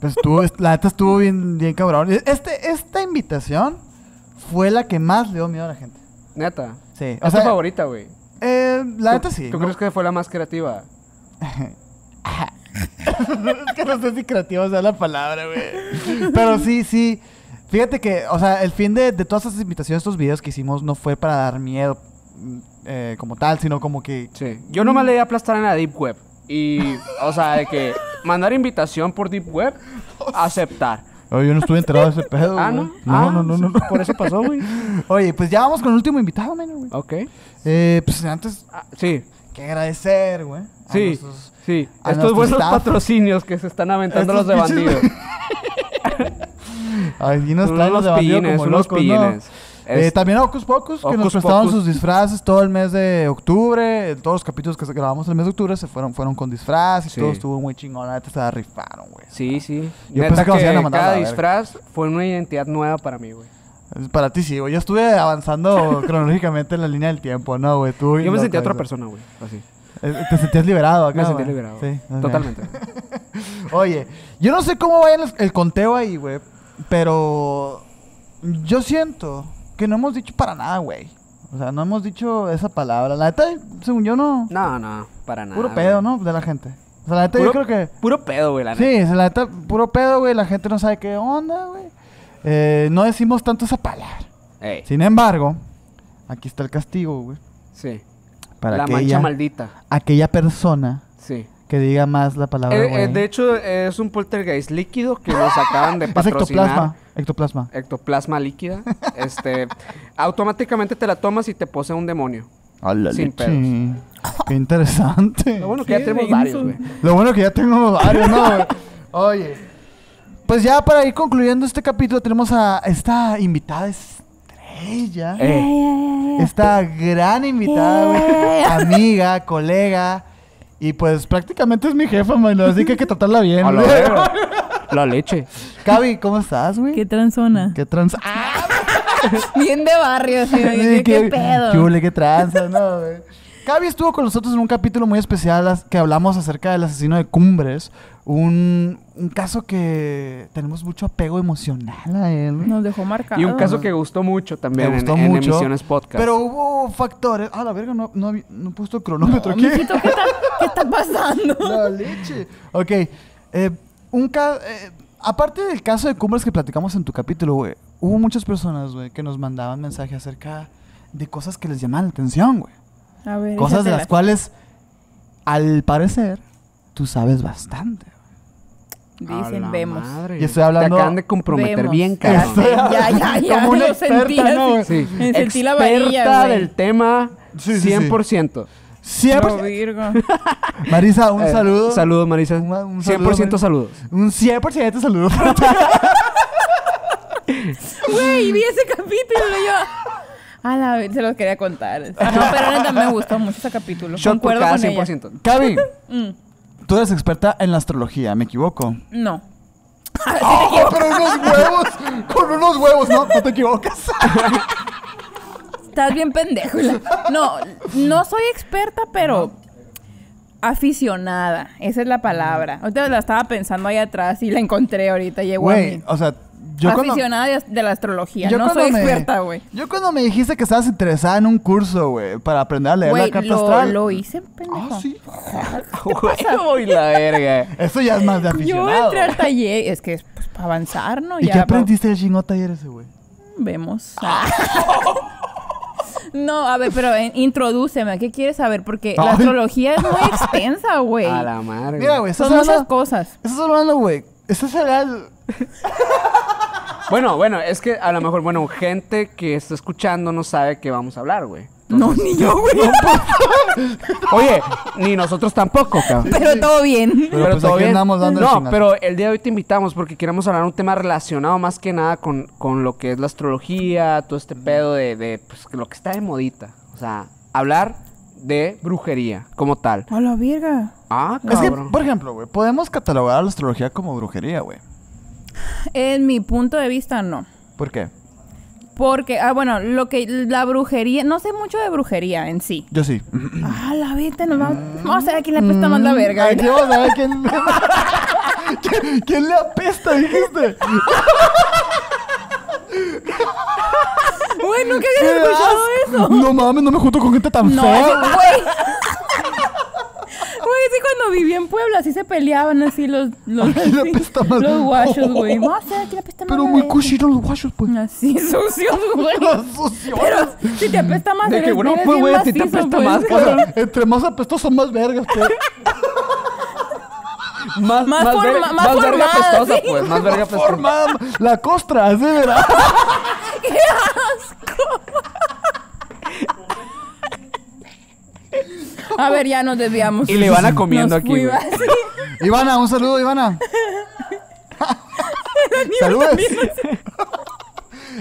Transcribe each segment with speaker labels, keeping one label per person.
Speaker 1: Pues, estuvo, la neta estuvo bien, bien cabrón. Este, esta invitación fue la que más le dio miedo a la gente.
Speaker 2: Neta.
Speaker 1: Sí.
Speaker 2: es tu favorita, güey.
Speaker 1: eh, la
Speaker 2: ¿Tú-
Speaker 1: neta sí.
Speaker 2: ¿Tú
Speaker 1: ¿no?
Speaker 2: crees que fue la más creativa?
Speaker 1: es que no sé si creativa sea la palabra, güey. Pero sí, sí. Fíjate que, o sea, el fin de, de todas estas invitaciones, estos videos que hicimos, no fue para dar miedo mm, eh, como tal, sino como que.
Speaker 2: Sí. Yo nomás le di a aplastar en la Deep Web. Y, o sea, de que mandar invitación por Deep Web, aceptar.
Speaker 1: yo no estuve enterado de ese pedo,
Speaker 2: Ah, ¿no? Ah, Por eso pasó, güey. Ah.
Speaker 1: Oye, pues ya vamos con el último invitado, men, güey.
Speaker 2: Ok.
Speaker 1: Eh, pues antes,
Speaker 2: Ah, sí,
Speaker 1: que agradecer, güey. a
Speaker 2: sí,
Speaker 1: nuestros-
Speaker 2: sí.
Speaker 1: a
Speaker 2: Estos
Speaker 1: nuestro
Speaker 2: buenos
Speaker 1: staff.
Speaker 2: patrocinios que se están aventando
Speaker 1: Estos
Speaker 2: los de
Speaker 1: pinches-
Speaker 2: bandido.
Speaker 1: Aquí nos
Speaker 2: Unos
Speaker 1: traen los de bandido
Speaker 2: pillines,
Speaker 1: como
Speaker 2: unos
Speaker 1: locos, ¿no?
Speaker 2: pillines.
Speaker 1: Eh,
Speaker 2: Es-
Speaker 1: también a Ocus Pocus, que nos
Speaker 2: Hocus
Speaker 1: prestaron
Speaker 2: Pocus.
Speaker 1: sus disfraces todo el mes de octubre. eh, Todos los capítulos que grabamos el mes de octubre se fueron, fueron con disfraz y
Speaker 2: Sí.
Speaker 1: todo estuvo muy chingón. La neta se la rifaron, güey.
Speaker 2: Sí, sí.
Speaker 1: Yo
Speaker 2: Neta
Speaker 1: pensé que nos iban a mandar a
Speaker 2: cada
Speaker 1: la verga.
Speaker 2: disfraz fue una identidad nueva para mí, güey.
Speaker 1: Para ti sí, güey. Yo estuve avanzando cronológicamente en la línea del tiempo, ¿no, güey? Estuvo bien
Speaker 2: Yo me
Speaker 1: loco
Speaker 2: sentía otra
Speaker 1: eso.
Speaker 2: persona, güey. Así.
Speaker 1: Eh, Te sentías liberado acá.
Speaker 2: Me sentí
Speaker 1: güey.
Speaker 2: liberado.
Speaker 1: Sí, ok.
Speaker 2: Totalmente.
Speaker 1: Oye, yo no sé cómo vaya el, el conteo ahí, güey. Pero yo siento que no hemos dicho para nada, güey. O sea, no hemos dicho esa palabra. La neta, según yo, no.
Speaker 2: No, no, para nada.
Speaker 1: Puro
Speaker 2: güey.
Speaker 1: pedo, ¿no? De la gente. O sea, la neta, yo
Speaker 2: Puro-
Speaker 1: creo que.
Speaker 2: Puro pedo, güey, la neta.
Speaker 1: Sí, o sea, la neta, puro pedo, güey. La gente no sabe qué onda, güey. Eh, no decimos tanto esa palabra.
Speaker 2: Ey,
Speaker 1: Sin embargo, aquí está el castigo, güey.
Speaker 2: sí.
Speaker 1: Para
Speaker 2: la mancha
Speaker 1: aquella,
Speaker 2: maldita.
Speaker 1: aquella persona
Speaker 2: Sí.
Speaker 1: que diga más la palabra,
Speaker 2: Eh, eh,
Speaker 1: güey.
Speaker 2: de hecho, es un poltergeist líquido que nos acaban de
Speaker 1: es
Speaker 2: patrocinar.
Speaker 1: ectoplasma. Ectoplasma.
Speaker 2: Ectoplasma líquida. este, automáticamente te la tomas y te posee un demonio. Sin leche.
Speaker 1: pedos. Qué interesante.
Speaker 2: Lo bueno que ya
Speaker 3: Qué
Speaker 2: tenemos
Speaker 3: denso.
Speaker 2: varios, güey.
Speaker 1: Lo bueno que ya tengo varios, ¿no? güey? Oye. Pues ya para ir concluyendo este capítulo tenemos a esta invitada estrella.
Speaker 2: Eh.
Speaker 1: Esta gran invitada, güey.
Speaker 3: Eh.
Speaker 1: Amiga, colega. Y pues prácticamente es mi jefa, mano. Así que hay que tratarla bien.
Speaker 2: A la
Speaker 1: güey.
Speaker 2: verga. La leche.
Speaker 1: Cabi, ¿cómo estás, güey?
Speaker 3: Qué transona.
Speaker 1: ¿Qué trans... ¡Ah!
Speaker 3: Bien de barrio, sí.
Speaker 1: Sí,
Speaker 3: ¿Qué,
Speaker 1: qué-
Speaker 3: pedo?
Speaker 1: qué hule, qué tranza, ¿no, güey? Cavi estuvo con nosotros en un capítulo muy especial as- que hablamos acerca del asesino de Cumbres. Un, un caso que tenemos mucho apego emocional a él.
Speaker 3: Nos dejó marcado.
Speaker 2: Y un caso que gustó mucho también
Speaker 1: Me gustó
Speaker 2: en, en
Speaker 1: mucho,
Speaker 2: emisiones podcast.
Speaker 1: Pero hubo factores. Ah, la verga, no, no, había- no he puesto el cronómetro
Speaker 3: No,
Speaker 1: aquí.
Speaker 3: Oh, mijito, ¿qué, está, ¿Qué está pasando?
Speaker 1: La leche. Ok. eh, un ca- eh, aparte del caso de cumbres que platicamos en tu capítulo, güey, hubo muchas personas, güey, que nos mandaban mensajes acerca de cosas que les llamaban la atención, güey.
Speaker 3: A ver,
Speaker 1: Cosas de las
Speaker 3: échatelas.
Speaker 1: cuales, al parecer, tú sabes bastante.
Speaker 2: A la
Speaker 3: Dicen, vemos.
Speaker 2: madre.
Speaker 1: Y estoy hablando-
Speaker 2: Te acaban de comprometer
Speaker 3: Vemos.
Speaker 2: bien, cabrón.
Speaker 1: Estoy-
Speaker 3: Ya, ya, ya,
Speaker 1: Como una
Speaker 3: lo sentí
Speaker 1: experta, ¿no, güey?
Speaker 3: así.
Speaker 2: Sí.
Speaker 3: Me sentí la
Speaker 2: Experta
Speaker 3: varilla, güey.
Speaker 2: del tema
Speaker 1: Sí, sí, sí.
Speaker 2: 100%.
Speaker 3: Pero
Speaker 1: 100%.
Speaker 3: Virgo.
Speaker 1: Marisa, un
Speaker 2: Eh,
Speaker 1: saludo.
Speaker 2: Saludos, Marisa.
Speaker 1: Un- un saludo,
Speaker 2: 100%
Speaker 1: Marisa.
Speaker 2: saludos.
Speaker 1: Un 100% saludo. para ti.
Speaker 3: Güey, vi ese capítulo y yo. A la vez, se los quería contar. No, pero neta me gustó mucho ese capítulo.
Speaker 2: Shot por
Speaker 3: Concuerdo
Speaker 2: cada
Speaker 3: con ella.
Speaker 2: 100%.
Speaker 1: Cabi,
Speaker 3: Mm,
Speaker 1: tú eres experta en la astrología, ¿me equivoco?
Speaker 3: no.
Speaker 1: ¡Oh, con unos huevos! ¡Con unos huevos! No, no te equivocas.
Speaker 3: Estás bien pendejo. la- No, no soy experta, pero aficionada. Esa es la palabra. Ahorita la estaba pensando ahí atrás y la encontré ahorita. Llegó a
Speaker 1: Güey,
Speaker 3: mí.
Speaker 1: o sea, yo cuando...
Speaker 3: aficionada de, de la astrología.
Speaker 1: yo
Speaker 3: no
Speaker 1: cuando
Speaker 3: soy
Speaker 1: me-
Speaker 3: experta, güey.
Speaker 1: Yo cuando me dijiste que estabas interesada en un curso, güey, para aprender a leer
Speaker 3: Güey,
Speaker 1: la carta
Speaker 3: lo,
Speaker 1: astral.
Speaker 3: lo hice, pendejo.
Speaker 1: Ah, sí.
Speaker 2: Huevo y la verga.
Speaker 1: Eso ya es más de
Speaker 3: Yo
Speaker 1: aficionado.
Speaker 3: entré al taller, es que es pues, para avanzar, ¿no?
Speaker 1: ¿Y
Speaker 3: Ya
Speaker 1: qué
Speaker 3: pa-
Speaker 1: aprendiste del chingón taller ese, güey?
Speaker 3: Vemos. No, a ver, pero en- introdúceme, ¿qué quieres saber? Porque
Speaker 1: Ay.
Speaker 3: la astrología es muy extensa, güey.
Speaker 2: A la madre.
Speaker 1: Mira, güey, estás
Speaker 3: Son muchas
Speaker 1: hablando...
Speaker 3: cosas.
Speaker 1: Estás hablando, güey. Estás hablando...
Speaker 2: Bueno, bueno, es que a lo mejor, bueno, gente que está escuchando no sabe qué vamos a hablar, güey.
Speaker 3: No, ni yo, güey.
Speaker 2: Oye, ni nosotros tampoco, cabrón.
Speaker 3: pero todo bien.
Speaker 1: Pero pues aquí andamos dando el
Speaker 2: No,
Speaker 1: chingazo.
Speaker 2: pero el día de hoy te invitamos porque queremos hablar un tema relacionado más que nada con, con lo que es la astrología, todo este pedo de, de pues, que lo que está de modita. O sea, hablar de brujería como tal.
Speaker 3: A la verga.
Speaker 2: Ah,
Speaker 1: Es que,
Speaker 2: cabrón.
Speaker 1: por ejemplo, güey, podemos catalogar la astrología como brujería, güey.
Speaker 3: En mi punto de vista, no.
Speaker 1: ¿Por qué?
Speaker 3: Porque, ah, bueno, lo que la brujería, no sé mucho de brujería en sí.
Speaker 1: Yo sí.
Speaker 3: Mm.
Speaker 1: Mm.
Speaker 3: Ah, la vete, nos vamos, vamos a ver a quién le presta más la verga.
Speaker 1: Aquí vamos a ver quién... ¿Qui- ¿Quién le apesta, dijiste?
Speaker 3: Güey, nunca había escuchado eso.
Speaker 1: No mames, no me junto con gente tan
Speaker 3: No, eso-
Speaker 1: fea.
Speaker 3: güey. Güey, sí, cuando viví en Puebla, así se peleaban así los, los,
Speaker 1: Ay, la
Speaker 3: así,
Speaker 1: pesta más-
Speaker 3: los guachos, güey. No, o sea, aquí la pesta más
Speaker 1: Pero
Speaker 3: la
Speaker 1: muy
Speaker 3: de-
Speaker 1: cuchillos los guachos, pues.
Speaker 3: Así, sucios, güey.
Speaker 1: Los sucios.
Speaker 3: Pero si te apesta más,
Speaker 2: De que,
Speaker 3: eres,
Speaker 2: bueno,
Speaker 3: eres
Speaker 2: pues,
Speaker 3: bien
Speaker 2: güey, a ti te
Speaker 3: macizo,
Speaker 2: apesta
Speaker 3: pues.
Speaker 2: más,
Speaker 1: O sea, entre más apestos son más vergas, pues.
Speaker 2: Más, más,
Speaker 3: Más
Speaker 2: ver-
Speaker 3: forma- más
Speaker 2: más verga
Speaker 3: formada,
Speaker 2: pestosa,
Speaker 3: sí.
Speaker 2: pues. Más verga pestosa.
Speaker 1: Formada, la costra, así verás.
Speaker 3: ¡Qué asco! A ver, ya nos desviamos.
Speaker 2: Y le van a comiendo
Speaker 3: Nos
Speaker 2: aquí, güey.
Speaker 3: fuimos. Sí,
Speaker 1: Ivana, un saludo, Ivana. Saludos.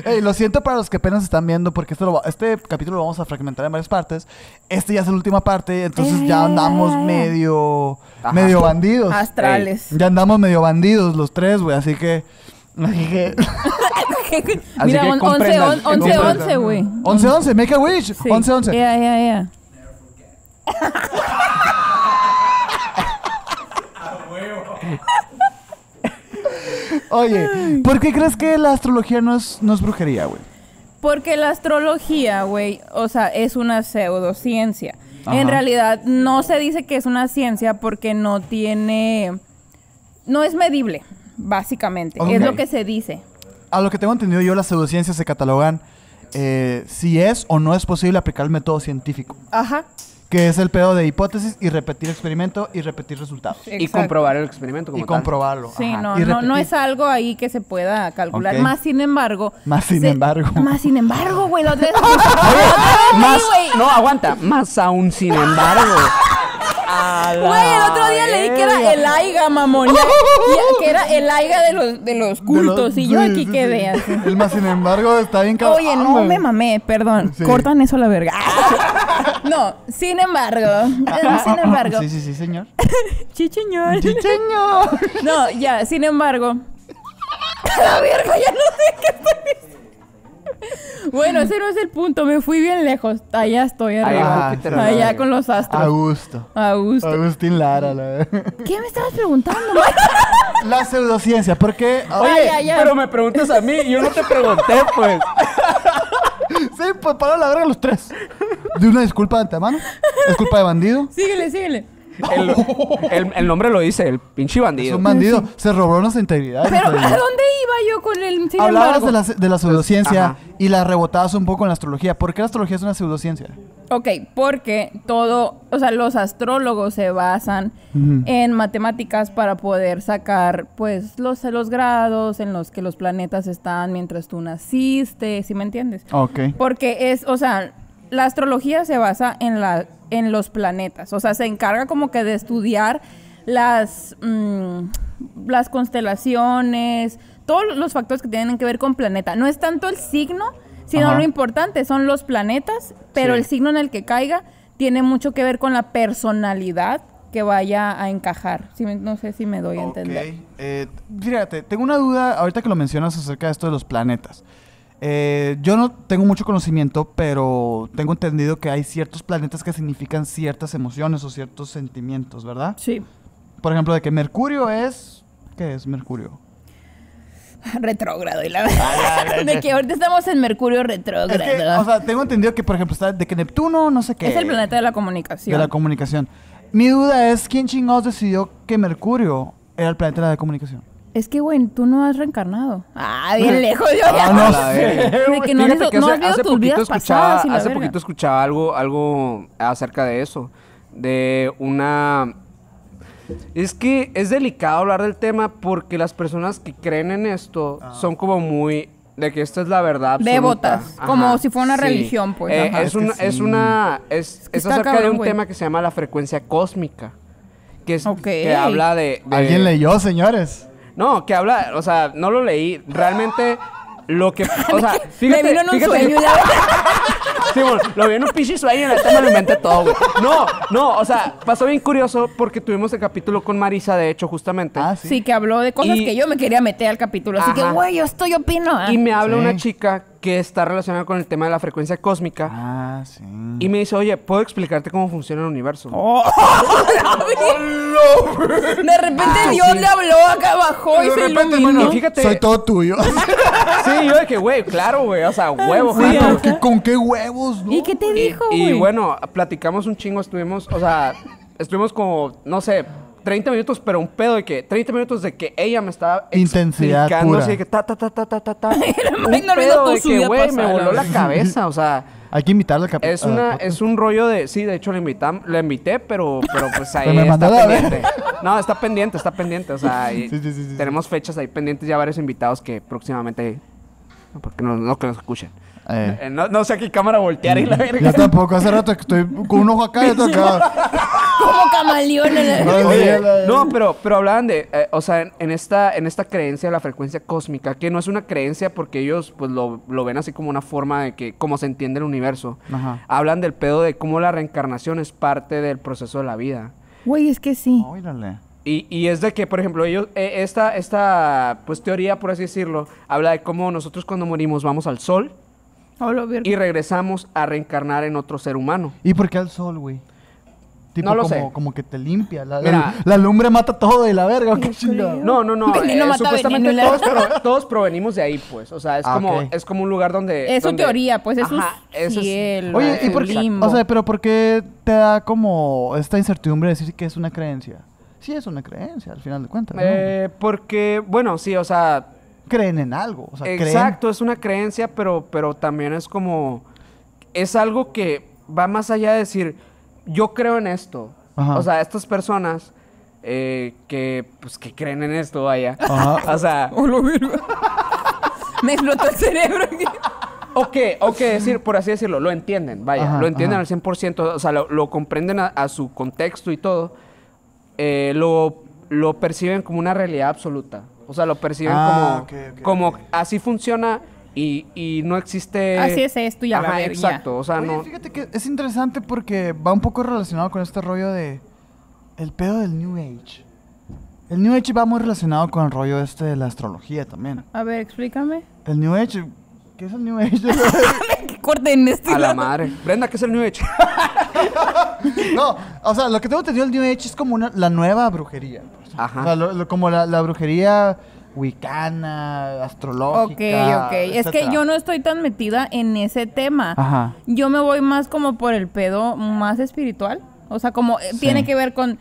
Speaker 1: Ey, lo siento para los que apenas están viendo, porque este, lo va- este capítulo lo vamos a fragmentar en varias partes. Este ya es la última parte, entonces ya
Speaker 3: Eh.
Speaker 1: andamos medio,
Speaker 2: Ajá.
Speaker 1: medio bandidos.
Speaker 3: Astrales.
Speaker 1: Ya andamos medio bandidos los tres, güey, así que... Así que...
Speaker 2: Así
Speaker 3: Mira,
Speaker 2: que
Speaker 3: on-
Speaker 2: comprendan, que
Speaker 3: 11-11,
Speaker 2: comprendan.
Speaker 3: güey.
Speaker 1: 11-11, make a wish.
Speaker 3: Sí.
Speaker 1: 11-11.
Speaker 3: Ya, ya, ya.
Speaker 1: Oye, ¿por qué crees que la astrología no es, no es brujería, güey?
Speaker 3: Porque la astrología, güey, o sea, es una pseudociencia.
Speaker 1: Ajá.
Speaker 3: En realidad, no se dice que es una ciencia porque no tiene. No es medible, básicamente. Es
Speaker 1: Ok.
Speaker 3: lo que se dice.
Speaker 1: A lo que tengo entendido yo, las pseudociencias se catalogan eh, si es o no es posible aplicar el método científico,
Speaker 3: Ajá.
Speaker 1: que es el pedo de hipótesis y repetir experimento y repetir resultados.
Speaker 2: Y
Speaker 3: exacto.
Speaker 2: comprobar el experimento como
Speaker 1: y
Speaker 2: tal.
Speaker 1: comprobarlo.
Speaker 3: Sí,
Speaker 1: ajá,
Speaker 3: no,
Speaker 1: y
Speaker 3: no, no
Speaker 1: repetir.
Speaker 3: es algo ahí que se pueda calcular.
Speaker 1: Ok.
Speaker 3: Más sin embargo.
Speaker 1: Más sin
Speaker 3: se-
Speaker 1: embargo.
Speaker 3: Más sin embargo, güey. La otra vez-
Speaker 2: Más,
Speaker 3: Ay, güey.
Speaker 2: no, aguanta. Más aún, sin embargo. A la
Speaker 3: Güey, el otro día leí que era
Speaker 2: verga.
Speaker 3: el aiga, mamón. ya- ya- que era el aiga de los, de los
Speaker 1: De lo-
Speaker 3: cultos. y yo
Speaker 1: sí,
Speaker 3: aquí
Speaker 1: sí, sí.
Speaker 3: quedé así.
Speaker 1: El más, sin embargo, está bien cabrón.
Speaker 3: Oye, no me mamé, perdón.
Speaker 1: Sí.
Speaker 3: Cortan eso a la verga. no, sin embargo. sin embargo.
Speaker 1: Ah, Sí, sí, sí, señor.
Speaker 3: Chichiñol.
Speaker 1: Sí, señor.
Speaker 3: No, ya, sin embargo. A la verga, ya no sé qué estoy diciendo. Bueno, ese no es el punto, me fui bien lejos. Allá estoy
Speaker 2: va,
Speaker 3: arriba.
Speaker 1: Ah,
Speaker 2: Júpiter,
Speaker 1: sí.
Speaker 2: la
Speaker 3: Allá
Speaker 2: verga.
Speaker 3: con los
Speaker 1: A
Speaker 3: astros.
Speaker 1: gusto.
Speaker 3: A gusto.
Speaker 1: Agustín Lara, la
Speaker 3: ¿Qué me estabas preguntando? ma?
Speaker 1: La pseudociencia, porque.
Speaker 2: Oye,
Speaker 3: Ay, ay, ay.
Speaker 2: pero me preguntas a mí, yo no te pregunté, pues.
Speaker 1: Sí, pues para la verga los tres. De una disculpa de antemano. Es culpa de bandido.
Speaker 3: Síguele, síguele.
Speaker 2: El, el- el nombre lo dice, el pinche
Speaker 1: Es
Speaker 2: bandido.
Speaker 1: un bandido. Se robó nuestra integridad.
Speaker 3: Pero, ¿a
Speaker 1: nuestra dignidad.
Speaker 3: dónde iba yo con el sin
Speaker 1: Hablabas
Speaker 3: embargo? pues,
Speaker 1: de la, de la pseudociencia
Speaker 2: ajá.
Speaker 1: y la rebotabas un poco en la astrología. ¿Por qué la astrología es una pseudociencia?
Speaker 3: Ok, porque todo, o sea, los astrólogos se basan
Speaker 1: Ujú.
Speaker 3: en matemáticas para poder sacar, pues, los, los grados en los que los planetas están mientras tú naciste, ¿sí me entiendes?
Speaker 1: Ok.
Speaker 3: Porque es, o sea, la astrología se basa en, la, en los planetas. O sea, se encarga como que de estudiar las, mm, las constelaciones, todos los factores que tienen que ver con planeta. No es tanto el signo, sino
Speaker 1: Ajá.
Speaker 3: lo importante son los planetas, pero
Speaker 2: Sí.
Speaker 3: el signo en el que caiga tiene mucho que ver con la personalidad que vaya a encajar. Si me- no sé si me doy a entender.
Speaker 1: Ok. Eh, fíjate, tengo una duda ahorita que lo mencionas acerca de esto de los planetas. Eh, yo no tengo mucho conocimiento, pero tengo entendido que hay ciertos planetas que significan ciertas emociones o ciertos sentimientos, ¿verdad?
Speaker 3: Sí.
Speaker 1: Por ejemplo, de que Mercurio es... ¿Qué es Mercurio?
Speaker 3: Retrógrado, y la
Speaker 1: Ah,
Speaker 3: verdad. de que ahorita estamos en Mercurio retrógrado.
Speaker 1: Es que, o sea, tengo entendido que, por ejemplo, está de que Neptuno, no sé qué...
Speaker 3: Es el planeta de la comunicación.
Speaker 1: de la comunicación. Mi duda es, ¿quién chingados decidió que Mercurio era el planeta de la comunicación?
Speaker 3: es que, güey, tú no has reencarnado. Ah, bien lejos. Yo ya
Speaker 1: Ah, no
Speaker 2: A la
Speaker 1: sé,
Speaker 2: verga.
Speaker 3: De que no,
Speaker 2: Fíjate
Speaker 3: has-
Speaker 2: que
Speaker 3: no
Speaker 2: hace,
Speaker 3: has visto
Speaker 2: hace
Speaker 3: tus
Speaker 2: poquito
Speaker 3: vidas pasadas
Speaker 2: escuchaba,
Speaker 3: y la
Speaker 2: hace
Speaker 3: verga.
Speaker 2: poquito escuchaba algo, algo acerca de eso. De una. Es que es delicado hablar del tema porque las personas que creen en esto
Speaker 1: Ah.
Speaker 2: son como muy. De que esta es la verdad. absoluta.
Speaker 3: Devotas, como si fuera una religión, pues,
Speaker 2: Eh,
Speaker 3: ajá.
Speaker 2: es,
Speaker 1: Es que
Speaker 2: una, es
Speaker 1: sí.
Speaker 2: una. Es,
Speaker 3: que
Speaker 2: es
Speaker 3: está
Speaker 2: acerca de
Speaker 3: cabrón,
Speaker 2: un
Speaker 3: güey.
Speaker 2: tema que se llama la frecuencia cósmica. Que, es,
Speaker 3: Ok.
Speaker 2: que habla de. de-
Speaker 1: ¿Alguien leyó, señores?
Speaker 2: no, que habla, o sea, no lo leí. Realmente lo que. O sea,
Speaker 3: Me
Speaker 2: fíjate.
Speaker 3: vino en
Speaker 2: fíjate
Speaker 3: un
Speaker 2: que-
Speaker 3: sueño. la verga.
Speaker 2: Simón, lo vi en un pinche sueño y la neta me lo inventé todo, güey. No, no, o sea, pasó bien curioso porque tuvimos el capítulo con Marisa, de hecho, justamente.
Speaker 1: Ah, sí.
Speaker 3: Sí, que habló de cosas
Speaker 2: Y-
Speaker 3: que yo me quería meter al capítulo. Así
Speaker 2: Ajá.
Speaker 3: que, güey, yo estoy opino. ah.
Speaker 2: Y me habla
Speaker 1: Sí.
Speaker 2: una chica que está relacionada con el tema de la frecuencia cósmica.
Speaker 1: Ah, sí.
Speaker 2: Y me dice, oye, ¿puedo explicarte cómo funciona el universo?
Speaker 1: Oh.
Speaker 3: De repente
Speaker 2: Ah,
Speaker 3: Dios
Speaker 2: sí.
Speaker 3: le habló acá abajo y
Speaker 2: De
Speaker 3: se
Speaker 2: repente,
Speaker 3: iluminó.
Speaker 2: hermano, fíjate.
Speaker 1: Soy todo tuyo.
Speaker 2: Sí, yo de que, güey, claro, güey. O sea, huevo,
Speaker 1: Güey,
Speaker 2: jato.
Speaker 1: pero qué- ¿Con qué huevos, no?
Speaker 3: ¿Y qué te dijo,
Speaker 2: Y,
Speaker 3: güey?
Speaker 2: bueno, platicamos un chingo, estuvimos, o sea, estuvimos como, no sé, 30 minutos, pero un pedo de que, 30 minutos de que ella me estaba
Speaker 1: Intensidad
Speaker 2: explicando,
Speaker 1: pura.
Speaker 2: así de que ta, ta, ta, ta, ta, ta, ta. un
Speaker 3: Mike no olvidó
Speaker 2: pedo
Speaker 3: todo
Speaker 2: de
Speaker 3: su
Speaker 2: que,
Speaker 3: día
Speaker 2: güey, me
Speaker 3: pasado.
Speaker 2: voló la cabeza, o sea,
Speaker 1: Hay que invitarla al capítulo.
Speaker 2: es una, es un rollo de, sí, de hecho la invitam, la invité, pero, pero pues ahí
Speaker 1: Pero me mandó
Speaker 2: está
Speaker 1: la verga.
Speaker 2: pendiente. No, está pendiente, está pendiente, o sea, y
Speaker 1: Sí, sí, sí, sí, sí.
Speaker 2: tenemos fechas ahí pendientes ya varios invitados que próximamente, no, porque no, no que nos escuchen. Eh, no, no sé a qué cámara voltear y la verga.
Speaker 1: Yo tampoco, hace rato que estoy con un ojo acá y otro acá.
Speaker 3: Como camaleón en el-
Speaker 1: Ay,
Speaker 2: Oye,
Speaker 1: la-
Speaker 2: no, pero, pero hablaban de, eh, o sea, en, en esta, en esta creencia de la frecuencia cósmica, que no es una creencia porque ellos pues lo, lo ven así como una forma de que, como se entiende el universo.
Speaker 1: Ajá.
Speaker 2: Hablan del pedo de cómo la reencarnación es parte del proceso de la vida.
Speaker 3: Güey, es que sí.
Speaker 1: Órale.
Speaker 2: Y, y es de que, por ejemplo, ellos, eh, esta, esta pues, teoría, por así decirlo, habla de cómo nosotros cuando morimos vamos al sol
Speaker 3: Hablo bien.
Speaker 2: y regresamos a reencarnar en otro ser humano.
Speaker 1: ¿Y por qué al sol, güey? Tipo,
Speaker 2: No lo
Speaker 1: como,
Speaker 2: sé.
Speaker 1: como que te limpia. La,
Speaker 2: Mira.
Speaker 1: la- la lumbre mata todo de la verga. ¿Qué chingada?
Speaker 2: No, no, no.
Speaker 3: Veneno
Speaker 2: eh,
Speaker 3: mata
Speaker 2: supuestamente
Speaker 3: veneno.
Speaker 2: todos, pro- todos provenimos de ahí, pues. O sea, es
Speaker 1: Ah,
Speaker 2: como
Speaker 1: ok.
Speaker 2: es como un lugar donde.
Speaker 3: Es su
Speaker 2: donde-
Speaker 3: teoría, pues es su
Speaker 2: Ajá, eso es-
Speaker 3: cielo.
Speaker 1: Oye, ¿y
Speaker 3: su
Speaker 1: por qué?
Speaker 3: limbo.
Speaker 1: O sea, pero ¿por qué te da como esta incertidumbre de decir que es una creencia? Sí, es una creencia, al final de cuentas. ¿no?
Speaker 2: Eh, porque, bueno, sí, o sea,
Speaker 1: Creen en algo. O sea, creen-
Speaker 2: exacto, es una creencia, pero, pero también es como. Es algo que va más allá de decir, yo creo en esto.
Speaker 1: Ajá.
Speaker 2: O sea, estas personas eh, que, pues, que creen en esto, vaya.
Speaker 1: Ajá.
Speaker 2: O sea,
Speaker 3: Hablo bien. Me explotó el cerebro. aquí.
Speaker 2: O que, o que decir, por así decirlo, lo entienden, vaya,
Speaker 1: Ajá,
Speaker 2: lo entienden
Speaker 1: ajá.
Speaker 2: al 100%, o sea, lo, lo comprenden a, a su contexto y todo, eh, lo, lo perciben como una realidad absoluta, o sea, lo perciben
Speaker 1: Ah,
Speaker 2: como,
Speaker 1: ok, ok,
Speaker 2: como
Speaker 1: ok.
Speaker 2: así funciona y, y no existe...
Speaker 3: Así es esto y a la
Speaker 2: Ajá,
Speaker 3: verga.
Speaker 2: exacto, o sea,
Speaker 1: Oye,
Speaker 2: no...
Speaker 1: fíjate que es interesante porque va un poco relacionado con este rollo de el pedo del New Age. El New Age va muy relacionado con el rollo este de la astrología también.
Speaker 3: A ver, explícame.
Speaker 1: El New Age, ¿qué es el New Age?
Speaker 3: Que corten este
Speaker 2: A la
Speaker 3: lado.
Speaker 2: madre. Brenda, ¿qué es el New Age?
Speaker 1: no, o sea, lo que tengo entendido del New Age es como una- la nueva brujería. pues.
Speaker 2: Ajá.
Speaker 1: O sea, lo- lo- como la, la brujería wicana,
Speaker 3: Ok,
Speaker 1: astrológica.
Speaker 3: ok. Es que
Speaker 1: etcétera.
Speaker 3: yo no estoy tan metida en ese tema.
Speaker 2: Ah.
Speaker 1: Ajá.
Speaker 3: Yo me voy más como por el pedo más espiritual. O sea, como eh,
Speaker 1: Sí.
Speaker 3: tiene que ver con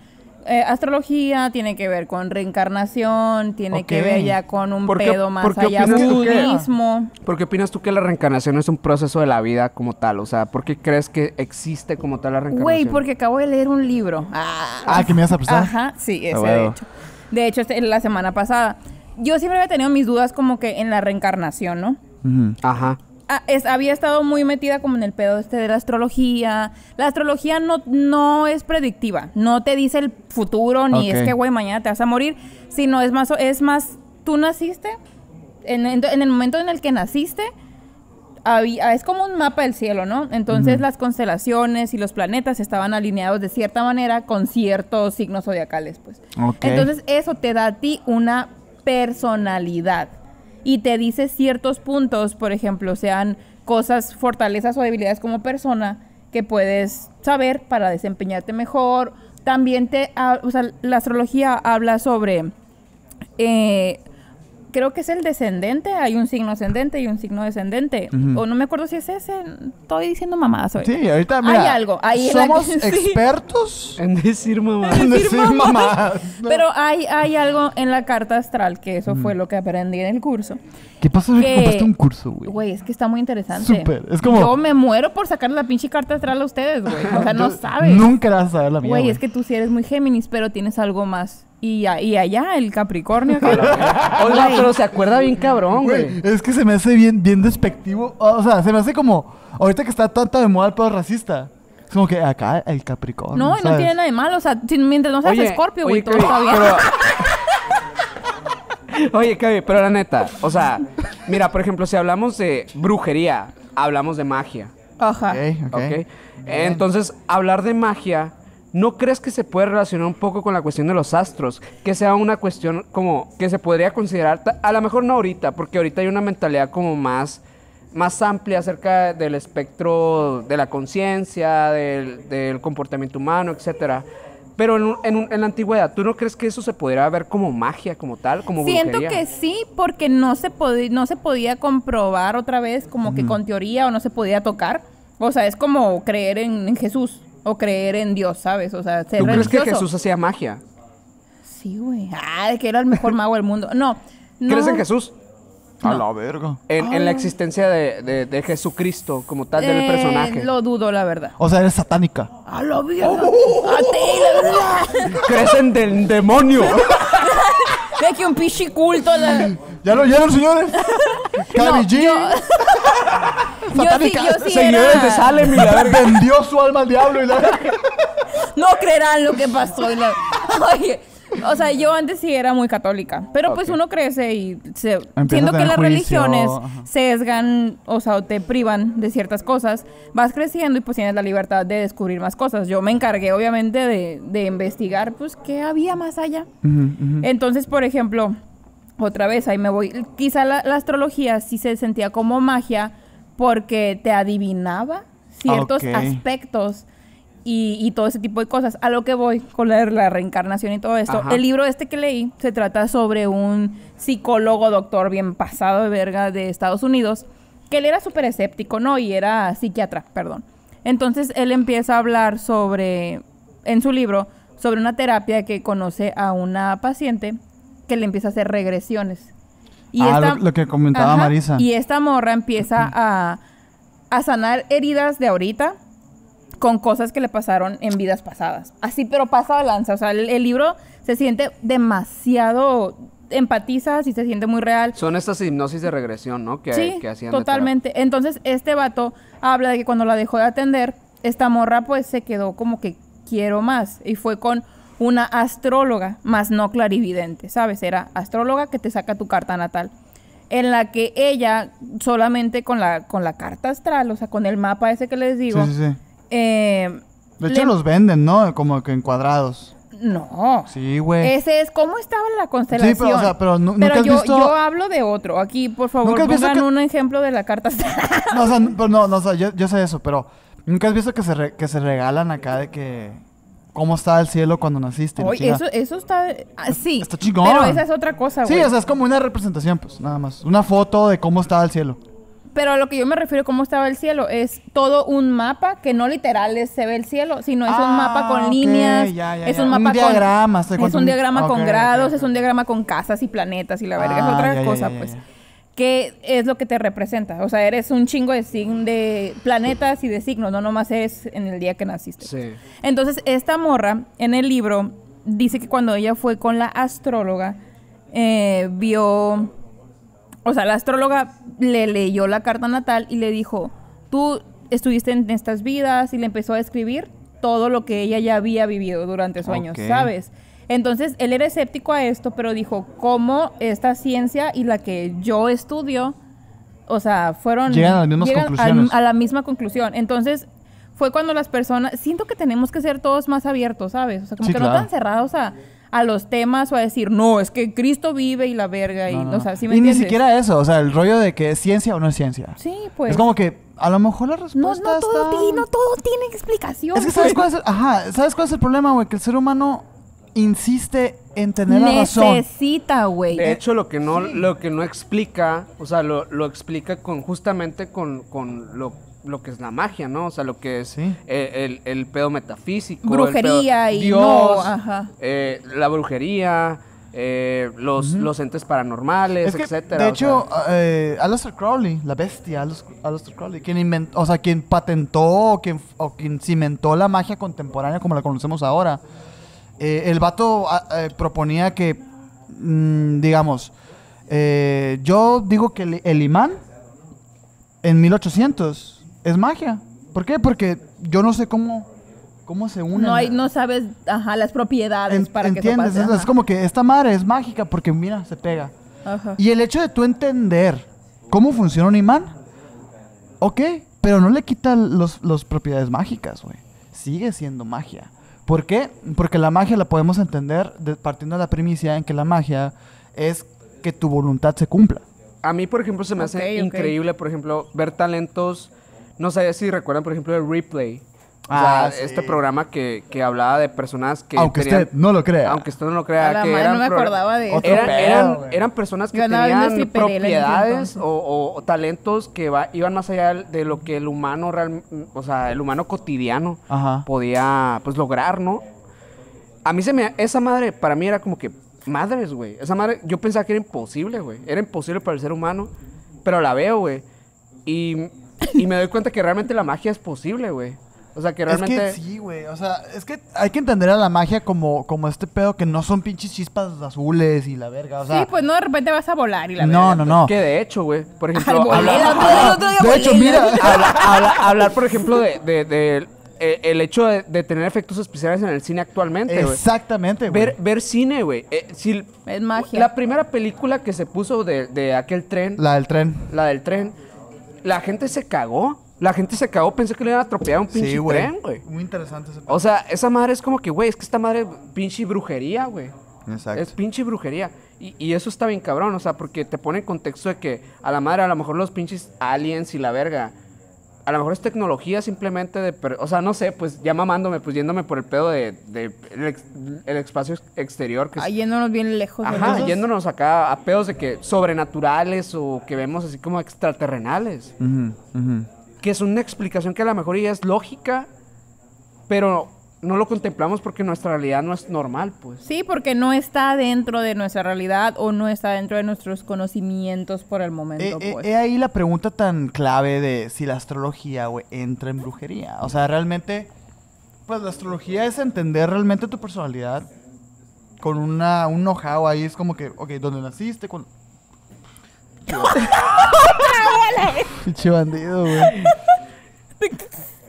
Speaker 3: eh, astrología, tiene que ver con reencarnación, tiene
Speaker 1: Ok.
Speaker 3: que ver ya con un
Speaker 2: ¿Por qué-
Speaker 3: pedo más
Speaker 2: por qué
Speaker 3: allá,
Speaker 2: opinas tú que-
Speaker 3: budismo.
Speaker 2: ¿Por qué opinas tú que la reencarnación es un proceso de la vida como tal? O sea, ¿por qué crees que existe como tal la reencarnación?
Speaker 3: Güey, porque acabo de leer un libro. Ah,
Speaker 1: Ah, que me ibas a prestar.
Speaker 3: Ajá, sí, ese de
Speaker 1: huevo.
Speaker 3: hecho. De hecho, este, la semana pasada. Yo siempre había tenido mis dudas como que en la reencarnación, ¿no?
Speaker 1: Ujú.
Speaker 2: Ajá.
Speaker 3: Ah, es- había estado muy metida como en el pedo este de la astrología. La astrología no, no es predictiva, no te dice el futuro, ni
Speaker 1: Ok.
Speaker 3: es que, güey, mañana te vas a morir, sino es más, es más, tú naciste, en, en- en el momento en el que naciste, había- ah, es como un mapa del cielo, ¿no? Entonces las constelaciones y los planetas estaban alineados de cierta manera con ciertos signos zodiacales, pues.
Speaker 1: Ok.
Speaker 3: Entonces eso te da a ti una personalidad y te dice ciertos puntos, por ejemplo, sean cosas, fortalezas o debilidades como persona que puedes saber para desempeñarte mejor. También te, ha- o sea, la astrología habla sobre eh, creo que es el descendente. Hay un signo ascendente y un signo descendente.
Speaker 1: Ujú.
Speaker 3: O no me acuerdo si es ese. Estoy diciendo mamadas hoy.
Speaker 1: Sí, ahorita
Speaker 3: Hay
Speaker 1: mira,
Speaker 3: algo, ahí en la
Speaker 1: somos
Speaker 3: que- sí.
Speaker 1: expertos
Speaker 2: En decir mamá.
Speaker 1: en decir mamás. ¿no?
Speaker 3: Pero hay, hay algo en la carta astral, que eso fue lo que aprendí en el curso.
Speaker 1: ¿Qué pasa si
Speaker 3: que-
Speaker 1: compraste un curso, güey?
Speaker 3: Güey, es que está muy interesante.
Speaker 1: Súper, es como-
Speaker 3: Yo me muero por sacar la pinche carta astral a ustedes, güey. O sea, no
Speaker 1: Yo-
Speaker 3: sabes.
Speaker 1: Nunca la vas a saber la mía.
Speaker 3: Güey, es que tú sí eres muy Géminis, pero tienes algo más. Y, a- y allá, el Capricornio. que-
Speaker 2: Oiga,
Speaker 3: Güey.
Speaker 2: pero se acuerda bien cabrón,
Speaker 1: Güey,
Speaker 2: güey.
Speaker 1: es que se me hace bien, bien despectivo. O sea, se me hace como. Ahorita que está tanta de moda el pedo racista. Es como que acá el Capricornio.
Speaker 3: No, y no
Speaker 1: ¿sabes?
Speaker 3: tiene nada de malo. O sea, si- mientras no seas Scorpio,
Speaker 2: oye,
Speaker 3: güey, todo
Speaker 2: Cavi,
Speaker 3: está bien.
Speaker 2: pero- Oye, Cavi, pero la neta, o sea, mira, por ejemplo, si hablamos de brujería, hablamos de magia,
Speaker 3: Ajá.
Speaker 1: Ok, ok.
Speaker 2: ¿ok? Entonces, hablar de magia, ¿no crees que se puede relacionar un poco con la cuestión de los astros? Que sea una cuestión como que se podría considerar, ta- a lo mejor no ahorita, porque ahorita hay una mentalidad como más más amplia acerca del espectro de la conciencia, del, del comportamiento humano, etcétera. Pero en, un- en un- en la antigüedad, ¿tú no crees que eso se pudiera ver como magia, como tal, como
Speaker 3: Siento
Speaker 2: brujería?
Speaker 3: que sí, porque no se, podi- no se podía comprobar otra vez como que con teoría o no se podía tocar. O sea, es como creer en, en Jesús o creer en Dios, ¿sabes? O sea, ser
Speaker 2: ¿Tú crees que
Speaker 3: religioso.
Speaker 2: Jesús hacía magia?
Speaker 3: Sí, güey. Ah, que era el mejor mago del mundo. No. no.
Speaker 2: ¿Crees en Jesús?
Speaker 1: A la verga.
Speaker 2: En,
Speaker 3: Ah.
Speaker 2: en la existencia de, de- de Jesucristo como tal, del
Speaker 3: Eh,
Speaker 2: personaje.
Speaker 3: Lo dudo, la verdad.
Speaker 1: O sea, eres satánica.
Speaker 3: A lo bien. la verdad.
Speaker 2: ¡Crecen del demonio!
Speaker 3: De que un pichi culto. la-
Speaker 1: ¿Ya lo oyeron, señores? Cardi G
Speaker 3: Yo sí,
Speaker 1: Satánica.
Speaker 3: yo sí
Speaker 2: Seguidores
Speaker 3: era-
Speaker 2: de Salem y la verga.
Speaker 1: vendió su alma al diablo y la...
Speaker 3: No creerán lo que pasó. y la- Oye, o sea, yo antes sí era muy católica. Pero pues uno crece y se...
Speaker 1: a
Speaker 3: siendo que
Speaker 1: tener
Speaker 3: las
Speaker 1: juicio,
Speaker 3: religiones
Speaker 1: ajá.
Speaker 3: sesgan, o sea, o te privan de ciertas cosas, vas creciendo y pues tienes la libertad de descubrir más cosas. Yo me encargué, obviamente, de, de investigar, pues, qué había más allá. Entonces, por ejemplo, otra vez, ahí me voy. Quizá la, la astrología sí se sentía como magia porque te adivinaba ciertos
Speaker 1: Ok.
Speaker 3: aspectos y, y todo ese tipo de cosas. A lo que voy con la, la reencarnación y todo esto.
Speaker 2: Ajá.
Speaker 3: El libro este que leí se trata sobre un psicólogo, doctor bien pasado de verga de Estados Unidos, que él era súper escéptico, ¿no? Y era psiquiatra, perdón. Entonces él empieza a hablar sobre, en su libro, sobre una terapia que conoce a una paciente que le empieza a hacer regresiones.
Speaker 1: Ah, lo- lo que comentaba Marisa.
Speaker 3: Y esta morra empieza a, a sanar heridas de ahorita con cosas que le pasaron en vidas pasadas. Así, pero pasa de lanza. O sea, el, el libro se siente demasiado. Empatiza, sí se siente muy real.
Speaker 2: Son estas hipnosis de regresión, ¿no? Que,
Speaker 3: sí,
Speaker 2: que hacían de
Speaker 3: totalmente. Entonces, este vato habla de que cuando la dejó de atender, esta morra pues se quedó como que quiero más. Y fue con una astróloga, más no clarividente, ¿sabes? Era astróloga que te saca tu carta natal. En la que ella, solamente con la, con la carta astral, o sea, con el mapa ese que les digo,
Speaker 1: Sí, sí, sí.
Speaker 3: eh,
Speaker 1: De hecho,
Speaker 3: le-
Speaker 1: los venden, ¿no? Como que en cuadrados.
Speaker 3: No.
Speaker 1: Sí, güey.
Speaker 3: Ese es cómo estaba la constelación.
Speaker 1: Sí, pero, o sea, pero nu- nunca has
Speaker 3: yo,
Speaker 1: visto-
Speaker 3: yo hablo de otro. Aquí, por favor,
Speaker 1: ¿Nunca has visto
Speaker 3: pongan
Speaker 1: que-
Speaker 3: un ejemplo de la carta astral.
Speaker 1: No, o sea, n- pero no, no, o sea, yo, yo sé eso, pero... ¿Nunca has visto que se, re- que se regalan acá de que... ¿Cómo estaba el cielo cuando naciste? y la
Speaker 3: Oye,
Speaker 1: chingada?
Speaker 3: eso, eso está... ah, sí.
Speaker 1: Está chingón.
Speaker 3: Pero esa es otra cosa,
Speaker 1: Sí,
Speaker 3: güey.
Speaker 1: o sea, es como una representación, pues, nada más. Una foto de cómo estaba el cielo.
Speaker 3: Pero a lo que yo me refiero, cómo estaba el cielo, es todo un mapa que no literal es- se ve el cielo, sino es un
Speaker 1: Ah,
Speaker 3: mapa con
Speaker 1: ok,
Speaker 3: líneas.
Speaker 1: ya, ya,
Speaker 3: es
Speaker 1: ya.
Speaker 3: un
Speaker 1: Un
Speaker 3: mapa con...
Speaker 1: diagrama, se
Speaker 3: Es
Speaker 1: cuenta
Speaker 3: un
Speaker 1: un-
Speaker 3: diagrama con
Speaker 1: ok,
Speaker 3: grados,
Speaker 1: ok,
Speaker 3: es un diagrama con casas y planetas y la verga. es
Speaker 1: Ah,
Speaker 3: otra
Speaker 1: ya, ya,
Speaker 3: cosa,
Speaker 1: ya, ya,
Speaker 3: pues.
Speaker 1: ya.
Speaker 3: ¿Qué es lo que te representa? O sea, eres un chingo de, sign- de planetas y de signos, no nomás es en el día que naciste.
Speaker 2: Sí.
Speaker 3: Entonces, esta morra en el libro dice que cuando ella fue con la astróloga, eh, vio. O sea, la astróloga le leyó la carta natal y le dijo: Tú estuviste en estas vidas y le empezó a escribir todo lo que ella ya había vivido durante sus años,
Speaker 1: Ok.
Speaker 3: ¿sabes? Entonces, él era escéptico a esto, pero dijo: ¿Cómo esta ciencia y la que yo estudio o sea, fueron...
Speaker 1: Llegan a las mismas
Speaker 3: llegan al-
Speaker 1: conclusiones.
Speaker 3: a la misma conclusión. Entonces, fue cuando las personas... Siento que tenemos que ser todos más abiertos, ¿sabes? O sea, como
Speaker 1: Sí,
Speaker 3: que no
Speaker 1: claro.
Speaker 3: tan cerrados a, a los temas o a decir, no, es que Cristo vive y la verga y...
Speaker 1: No, no,
Speaker 3: O sea,
Speaker 1: no.
Speaker 3: ¿sí me
Speaker 1: y
Speaker 3: entiendes?
Speaker 1: ni siquiera eso, o sea, el rollo de que es ciencia o no es ciencia.
Speaker 3: Sí, pues...
Speaker 1: Es como que a lo mejor la respuesta
Speaker 3: No, no todo, pues.
Speaker 1: está-
Speaker 3: ti- no todo tiene explicación.
Speaker 1: Es que sabes cuál
Speaker 3: güey.
Speaker 1: es el, ajá, ¿sabes cuál es el problema, güey? Que el ser humano insiste en tener la razón.
Speaker 3: pues. Necesita, güey.
Speaker 2: De hecho, lo que no, lo que no explica, o sea, lo, lo explica con justamente con, con lo, lo que es la magia, ¿no? O sea, lo que es
Speaker 1: Sí.
Speaker 2: eh, el, el pedo metafísico.
Speaker 3: Brujería
Speaker 2: el
Speaker 3: y
Speaker 2: pedo Dios,
Speaker 3: no, ajá.
Speaker 2: eh, la brujería, eh, los, los entes paranormales,
Speaker 1: Es que,
Speaker 2: etcétera.
Speaker 1: de
Speaker 2: o sea,
Speaker 1: hecho, eh, Aleister Crowley, la bestia, Aleister, Aleister Crowley, quien inventó, o sea, quien patentó o quien, o quien cimentó la magia contemporánea como la conocemos ahora, eh, el vato ah, eh, proponía que, mm, digamos, eh, yo digo que el, el imán en 1800 es magia. ¿Por qué? Porque yo no sé cómo, cómo se une.
Speaker 3: no, hay, no sabes, ajá, las propiedades para
Speaker 1: ¿Entiendes?
Speaker 3: que eso
Speaker 1: Es-
Speaker 3: pase.
Speaker 1: es como que esta madre es mágica porque mira, se pega.
Speaker 3: ajá, ajá.
Speaker 1: Y el hecho de tú entender cómo funciona un imán, ok, pero no le quita las los propiedades mágicas, güey. Sigue siendo magia. ¿Por qué? Porque la magia la podemos entender de- partiendo de la primicia en que la magia es que tu voluntad se cumpla.
Speaker 2: a mí, por ejemplo, se me
Speaker 3: Ok,
Speaker 2: hace
Speaker 3: ok.
Speaker 2: increíble, por ejemplo, ver talentos. No sé si recuerdan, por ejemplo, el replay. O
Speaker 1: Ah,
Speaker 2: sea,
Speaker 1: sí.
Speaker 2: este programa que, que hablaba de personas que.
Speaker 1: Aunque
Speaker 2: tenían-
Speaker 1: usted no lo crea.
Speaker 2: Aunque usted no lo
Speaker 3: A
Speaker 2: crea.
Speaker 3: la
Speaker 2: que
Speaker 3: madre,
Speaker 2: eran
Speaker 3: no me
Speaker 2: pro-
Speaker 3: acordaba de eso.
Speaker 1: Otro
Speaker 2: eran,
Speaker 1: pedo,
Speaker 2: eran,
Speaker 1: güey.
Speaker 2: eran personas que
Speaker 3: Ganaba el
Speaker 2: tenían
Speaker 3: Nestlé Perela en ese
Speaker 2: propiedades
Speaker 3: entonces.
Speaker 2: o, o- o talentos que va- iban más allá del- de lo que el humano real, o sea, el humano cotidiano
Speaker 1: Ajá.
Speaker 2: podía pues lograr, ¿no? A mí se me esa madre para mí era como que madres, güey. Esa madre yo pensaba que era imposible, güey. Era imposible para el ser humano, pero la veo, güey. Y, y me doy cuenta que realmente la magia es posible, güey. O sea, que realmente
Speaker 1: Es que sí, güey. O sea, es que hay que entender a la magia como, como este pedo que no son pinches chispas azules y la verga. O sea,
Speaker 3: sí, pues no de repente vas a volar y la pues,
Speaker 1: no,
Speaker 3: verdad.
Speaker 1: no, no.
Speaker 2: que de hecho, güey, por ejemplo,
Speaker 3: Al volar,
Speaker 2: habla-
Speaker 3: al volar, al otro día
Speaker 1: De hecho,
Speaker 3: volar.
Speaker 1: mira,
Speaker 2: Habla- habla- hablar, por ejemplo, de, de- de- eh, el hecho de, de tener efectos especiales en el cine actualmente, güey.
Speaker 1: exactamente, güey.
Speaker 2: Ver, ver cine, güey. Eh, si-
Speaker 3: Es magia.
Speaker 2: La primera película que se puso de, de aquel tren, la.
Speaker 1: La del tren.
Speaker 2: del tren, la gente se cagó. La gente se cagó, pensé que le iban a atropellar un pinche
Speaker 1: Sí,
Speaker 2: tren,
Speaker 1: güey.
Speaker 2: güey.
Speaker 1: Muy interesante ese pedo.
Speaker 2: O sea, esa madre es como que, güey, es que esta madre es pinche brujería, güey.
Speaker 1: Exacto.
Speaker 2: Es pinche brujería. Y, y eso está bien cabrón, o sea, porque te pone en contexto de que a la madre a lo mejor los pinches aliens y la verga. A lo mejor es tecnología simplemente de... per- o sea, no sé, pues ya mamándome, pues yéndome por el pedo de, de el, ex- el espacio ex- exterior. Que es-
Speaker 3: Ah, yéndonos bien lejos.
Speaker 2: ajá,
Speaker 3: ¿verdad?
Speaker 2: yéndonos acá a pedos de que sobrenaturales o que vemos así como extraterrenales.
Speaker 1: Ujú, ujú.
Speaker 2: Que es una explicación que a lo mejor ya es lógica, pero no lo contemplamos porque nuestra realidad no es normal, pues.
Speaker 3: Sí, porque no está dentro de nuestra realidad o no está dentro de nuestros conocimientos por el
Speaker 1: Eh,
Speaker 3: momento.
Speaker 1: eh,
Speaker 3: pues.
Speaker 1: he ahí la pregunta tan clave de si la astrología, güey, entra en brujería. O sea, realmente, pues la astrología es entender realmente tu personalidad con una, un know-how ahí. Es como que, ok, ¿dónde naciste? Con... Pinche bandido, güey.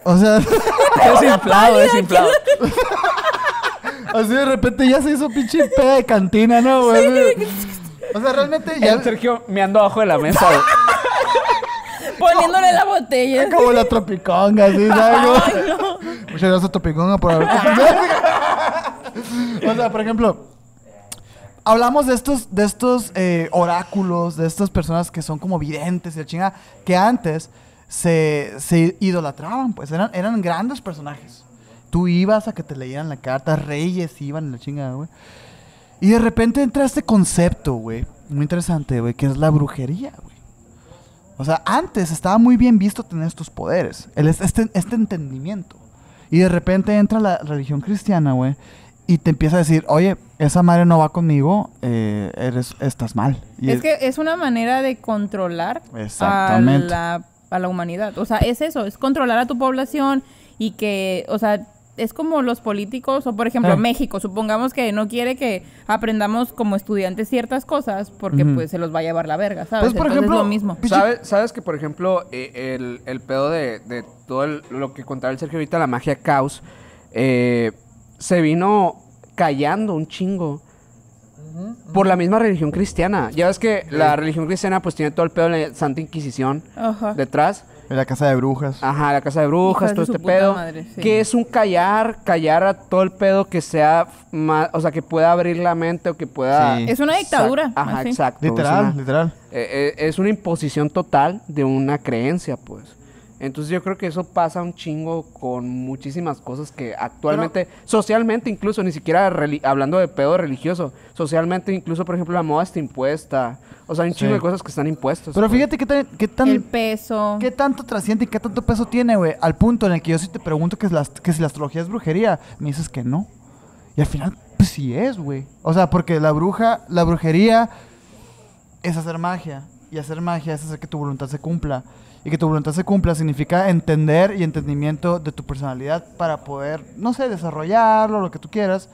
Speaker 1: O sea,
Speaker 2: Desinflado, desinflado.
Speaker 1: así de repente ya se hizo pinche peda de cantina, ¿no, güey? O sea, realmente ya...
Speaker 2: El Sergio me ando abajo de la mesa. güey.
Speaker 3: Ah, Poniéndole la botella.
Speaker 1: Como la tropiconga, así, ¿sabes? Muchas gracias, tropiconga, por haber... o sea, por ejemplo, hablamos de estos, de estos eh, oráculos, de estas personas que son como videntes y la chingada, que antes se, se idolatraban, pues, eran, eran grandes personajes. Tú ibas a que te leyeran la carta, reyes iban y la chingada, güey. Y de repente entra este concepto, güey, muy interesante, güey, que es la brujería, güey. O sea, antes estaba muy bien visto tener estos poderes, el, es- este, este entendimiento. Y de repente entra la religión cristiana, güey, y te empieza a decir, oye, esa madre no va conmigo, eh, eres, estás mal. Y
Speaker 3: Es que es una manera de controlar a
Speaker 1: Exactamente.
Speaker 3: la, a la humanidad. O sea, es eso, es controlar a tu población y que, o sea, es como los políticos, o por ejemplo
Speaker 1: Ah.
Speaker 3: México, supongamos que no quiere que aprendamos como estudiantes ciertas cosas porque
Speaker 1: Ujú.
Speaker 3: pues se los va a llevar la verga, ¿sabes?
Speaker 1: Pues, por
Speaker 3: Entonces,
Speaker 1: ejemplo,
Speaker 3: es lo mismo.
Speaker 1: Pichi-
Speaker 2: ¿Sabes, sabes que, por ejemplo, eh, el, el pedo de, de todo el- lo que contaba el Sergio ahorita, la magia caos, eh, se vino callando un chingo por la misma religión cristiana. Ya ves que la religión cristiana pues tiene todo el pedo de la Santa Inquisición
Speaker 1: Ah.
Speaker 3: Ajá.
Speaker 2: detrás.
Speaker 1: En la casa de brujas.
Speaker 2: Ajá, la casa de brujas,
Speaker 3: Hijas de
Speaker 2: todo
Speaker 3: su
Speaker 2: este
Speaker 3: puta
Speaker 2: pedo.
Speaker 3: madre, sí.
Speaker 2: Que es un callar, callar a todo el pedo que sea más, o sea, que pueda abrir la mente o que pueda...
Speaker 1: Sí.
Speaker 3: Es una dictadura,
Speaker 2: Exact- Ajá,
Speaker 3: así.
Speaker 2: exacto. es
Speaker 1: literal,
Speaker 2: una-
Speaker 1: literal.
Speaker 2: eh, eh, es una imposición total de una creencia, pues. Entonces yo creo que eso pasa un chingo con muchísimas cosas que actualmente, socialmente incluso, ni siquiera reli- hablando de pedo religioso, socialmente incluso, por ejemplo, la moda está impuesta. O sea, hay un chingo
Speaker 1: Sí.
Speaker 2: de cosas que están impuestas.
Speaker 1: Pero
Speaker 2: pues.
Speaker 1: fíjate qué tan, qué tan
Speaker 3: El peso.
Speaker 1: ¿Qué tanto trasciende y qué tanto peso tiene, güey? Al punto en el que yo sí te pregunto que, es la- que si la astrología es brujería, me dices que no. Y al final, pues sí es, güey. O sea, porque la bruja, la brujería es hacer magia. Y hacer magia es hacer que tu voluntad se cumpla. Y que tu voluntad se cumpla significa entender y entendimiento de tu personalidad para poder, no sé, desarrollarlo, lo que tú quieras.